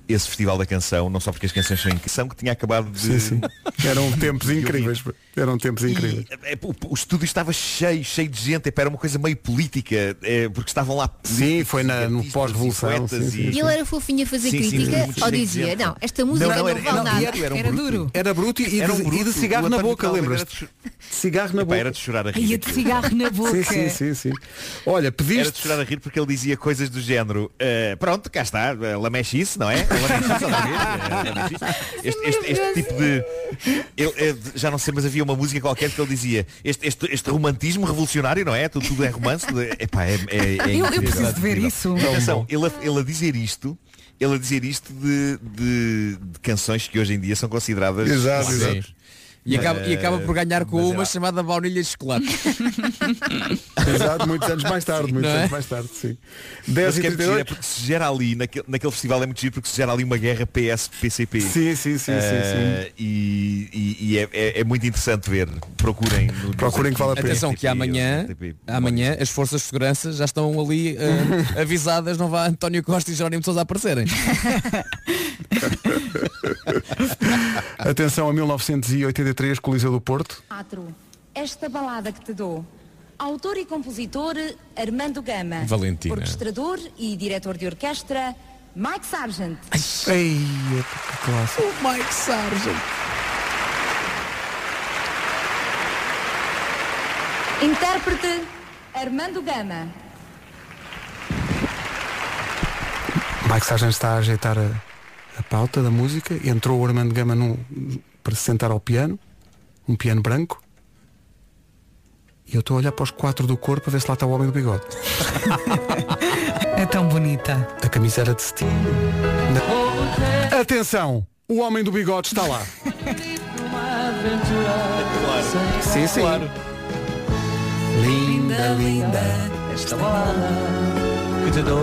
Speaker 11: esse festival da canção, não só porque as canções são incríveis, são que tinha acabado de.
Speaker 2: Sim, sim. Eram tempos incríveis. Eram tempos incríveis.
Speaker 11: É, é, o, o estúdio estava cheio, cheio de gente, epá, era uma coisa meio política, é, porque estavam lá Sim,
Speaker 2: foi na, no pós-revolução.
Speaker 6: E ele é- era fofinho a fazer
Speaker 11: Sim, sim,
Speaker 6: crítica
Speaker 11: muito
Speaker 6: ou
Speaker 11: gente
Speaker 6: dizia,
Speaker 11: dizia.
Speaker 6: não, esta música não,
Speaker 11: Não, não, era-
Speaker 6: vale
Speaker 11: não,
Speaker 6: nada.
Speaker 11: era- era um Era bruto. duro.
Speaker 2: Era bruto e, e
Speaker 11: Era um
Speaker 2: de, e de
Speaker 11: bruto.
Speaker 2: cigarro
Speaker 11: O
Speaker 2: na
Speaker 11: António
Speaker 2: boca,
Speaker 11: Caldeira
Speaker 2: lembras-te? Cigarro na
Speaker 11: Epá,
Speaker 2: boca.
Speaker 11: era de chorar a rir.
Speaker 5: Ia de cigarro na boca.
Speaker 2: Sim, sim, sim, sim. Olha,
Speaker 11: Era de
Speaker 2: pediste.
Speaker 11: chorar a rir porque ele dizia coisas do género "Eh, Pronto, cá está, eh, lamexe isso, não é? Lamexe isso, outra vez, eh, lamexe isso." este,
Speaker 5: é
Speaker 11: este- este tipo de... ele, eh, de- já não sei, mas havia uma música qualquer que ele dizia Este, este- este romantismo revolucionário, não é? Tudo, tudo é romance tudo é, epá, é, é- é
Speaker 5: Eu- eu
Speaker 11: incrível,
Speaker 5: preciso
Speaker 11: é
Speaker 5: de ver
Speaker 11: incrível.
Speaker 5: isso.
Speaker 11: E Atenção, ele, a- ele a dizer isto Ele a dizer isto de, de- de canções que hoje em dia são consideradas
Speaker 2: Exato,
Speaker 11: clássicos.
Speaker 2: exato.
Speaker 15: E acaba, e acaba
Speaker 11: Eh,
Speaker 15: por ganhar com
Speaker 11: mas
Speaker 15: uma
Speaker 11: era-
Speaker 15: chamada baunilha de chocolate.
Speaker 2: Exato, muitos anos mais tarde, muitos
Speaker 15: Não é?
Speaker 2: anos mais tarde, sim.
Speaker 11: Mas
Speaker 2: 10
Speaker 11: o
Speaker 2: e
Speaker 11: que é muito giro é
Speaker 2: 38.
Speaker 11: porque se gera ali, naquele, naquele festival é muito giro porque se gera ali uma guerra PS-PCP.
Speaker 2: Sim, sim, sim,
Speaker 11: Eh, E, e- e é, é- é muito interessante ver. Procurem. no- no
Speaker 15: Atenção
Speaker 11: Tipo,
Speaker 15: que amanhã,
Speaker 11: RTP.
Speaker 15: amanhã as forças de segurança já estão ali eh, avisadas, não vá António Costa e Jerónimo de Sousa aparecerem.
Speaker 2: Atenção a 1983, Coliseu do Porto.
Speaker 19: Quatro. Esta balada que te dou. Autor e compositor Armando Gama.
Speaker 2: Valentina.
Speaker 19: Orquestrador e diretor de orquestra Mike Sargent.
Speaker 2: Ei, que classe.
Speaker 19: O Mike Sargent. Intérprete Armando Gama.
Speaker 2: Mike Sargent está a ajeitar a, a pauta da música. Entrou o Armando Gama num- para se sentar ao piano, um piano branco. E eu estou a olhar para os quatro do corpo a ver se lá está o homem do bigode.
Speaker 5: É tão bonita.
Speaker 2: A camisa era de cetim. Na- Atenção! O homem do bigode está lá. Sim, sim. Linda, linda.
Speaker 16: Esta balada que te dou.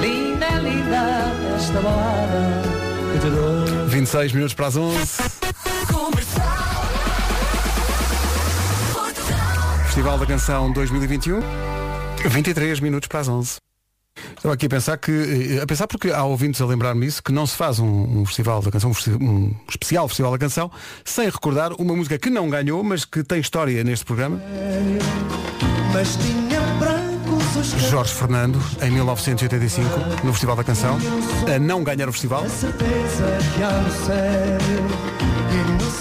Speaker 16: Linda, linda, esta balada que te dou.
Speaker 2: 26 minutos para as 11. Festival da Canção 2021, 23 minutos para as 11. Estava aqui a pensar que, eh, a pensar porque há ouvintes a lembrar-me isso, que não se faz um, um festival da canção, um, festi- um especial festival da canção, sem recordar uma música que não ganhou, mas que tem história neste programa.
Speaker 20: Mas tinha brancos os
Speaker 2: Jorge Fernando, em 1985, no Festival da Canção, a não ganhar o festival.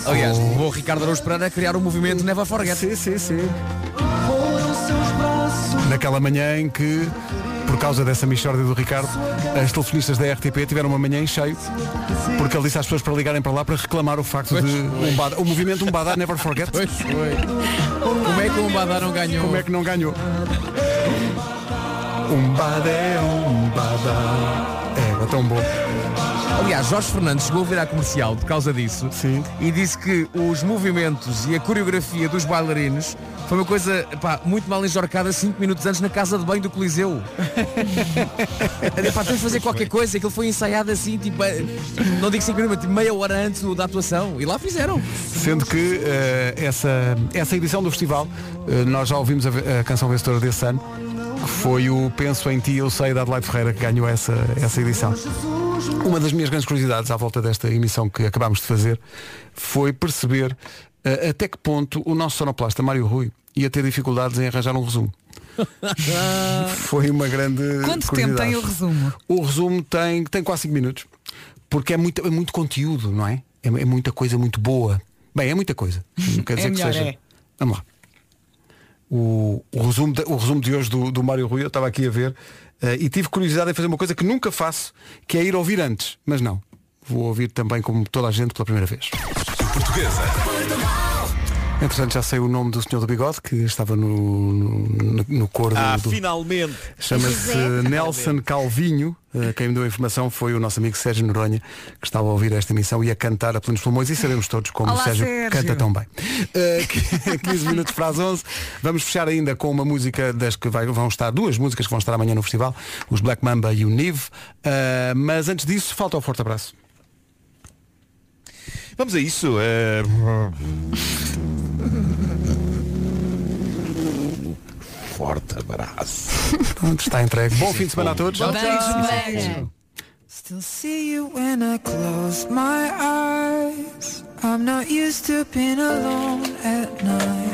Speaker 4: Aliás, o Ricardo Araújo Pereira a criar o movimento Never Forget.
Speaker 2: Sim, sim, sim.
Speaker 20: foram seus braços
Speaker 2: Naquela manhã em que, por causa dessa mixórdia do Ricardo, as telefonistas da RTP tiveram uma manhã em cheio, porque ele disse às pessoas para ligarem para lá para reclamar o facto de um badá, o movimento Um Badá Never Forget.
Speaker 4: Como é que um Badá não ganhou?
Speaker 2: Como é que não ganhou? Um Badá é um Badá. É, é tão bom.
Speaker 4: Aliás, Jorge Fernandes chegou a virar comercial por causa disso e disse que os movimentos e a coreografia dos bailarinos foi uma coisa pá, muito mal enjorcada 5 minutos antes na casa de banho do Coliseu. Ele, pá, temos de fazer qualquer coisa, aquilo foi ensaiado assim, tipo, eh, não digo 5 minutos, mas tipo, meia hora antes do- da atuação. E lá fizeram.
Speaker 2: Sendo que eh, essa, essa edição do festival, eh, nós já ouvimos a, ve- a canção vencedora desse ano, que foi o Penso em Ti, Eu Sei, da Adelaide Ferreira, que ganhou essa, essa edição. Uma das minhas grandes curiosidades à volta desta emissão que acabámos de fazer foi perceber eh, até que ponto o nosso sonoplasta, Mário Rui, ia ter dificuldades em arranjar um resumo. Foi uma grande.
Speaker 5: Quanto tempo
Speaker 2: curiosidade.
Speaker 5: tem o resumo?
Speaker 2: O resumo tem, tem quase 5 minutos. Porque é muito, é muito conteúdo, não é? é? é muita coisa muito boa. Bem, é muita coisa. Não quer
Speaker 5: É
Speaker 2: dizer
Speaker 5: melhor,
Speaker 2: que seja.
Speaker 5: é.
Speaker 2: Vamos lá. O, o resumo de, o resumo de hoje do, do Mário Rui, eu estava aqui a ver, eh, e tive curiosidade em fazer uma coisa que nunca faço, que é ir ouvir antes. Mas não. Vou ouvir também como toda a gente pela primeira vez.
Speaker 16: Portuguesa.
Speaker 2: Entretanto, já sei o nome do senhor do bigode, que estava no, no, no cor do-
Speaker 21: Ah,
Speaker 2: do,
Speaker 21: finalmente!
Speaker 2: Chama-se Nelson Calvinho. Eh, Quem me deu a informação foi o nosso amigo Sérgio Noronha, que estava a ouvir esta emissão e a cantar a plenos pulmões. E sabemos todos como
Speaker 16: Olá,
Speaker 2: o Sérgio,
Speaker 16: Sérgio.
Speaker 2: canta tão bem. Eh, 15 minutos para as 11. Vamos fechar ainda com uma música das que vai- vão estar, duas músicas que vão estar amanhã no festival, os Black Mamba e o Nive. Eh, mas antes disso, falta o forte abraço.
Speaker 11: Vamos a isso. eh, Forte abraço.
Speaker 2: Pronto, está entregue. Bom fim de semana a todos.
Speaker 16: Still see you when I close my eyes. I'm not used to being alone at night.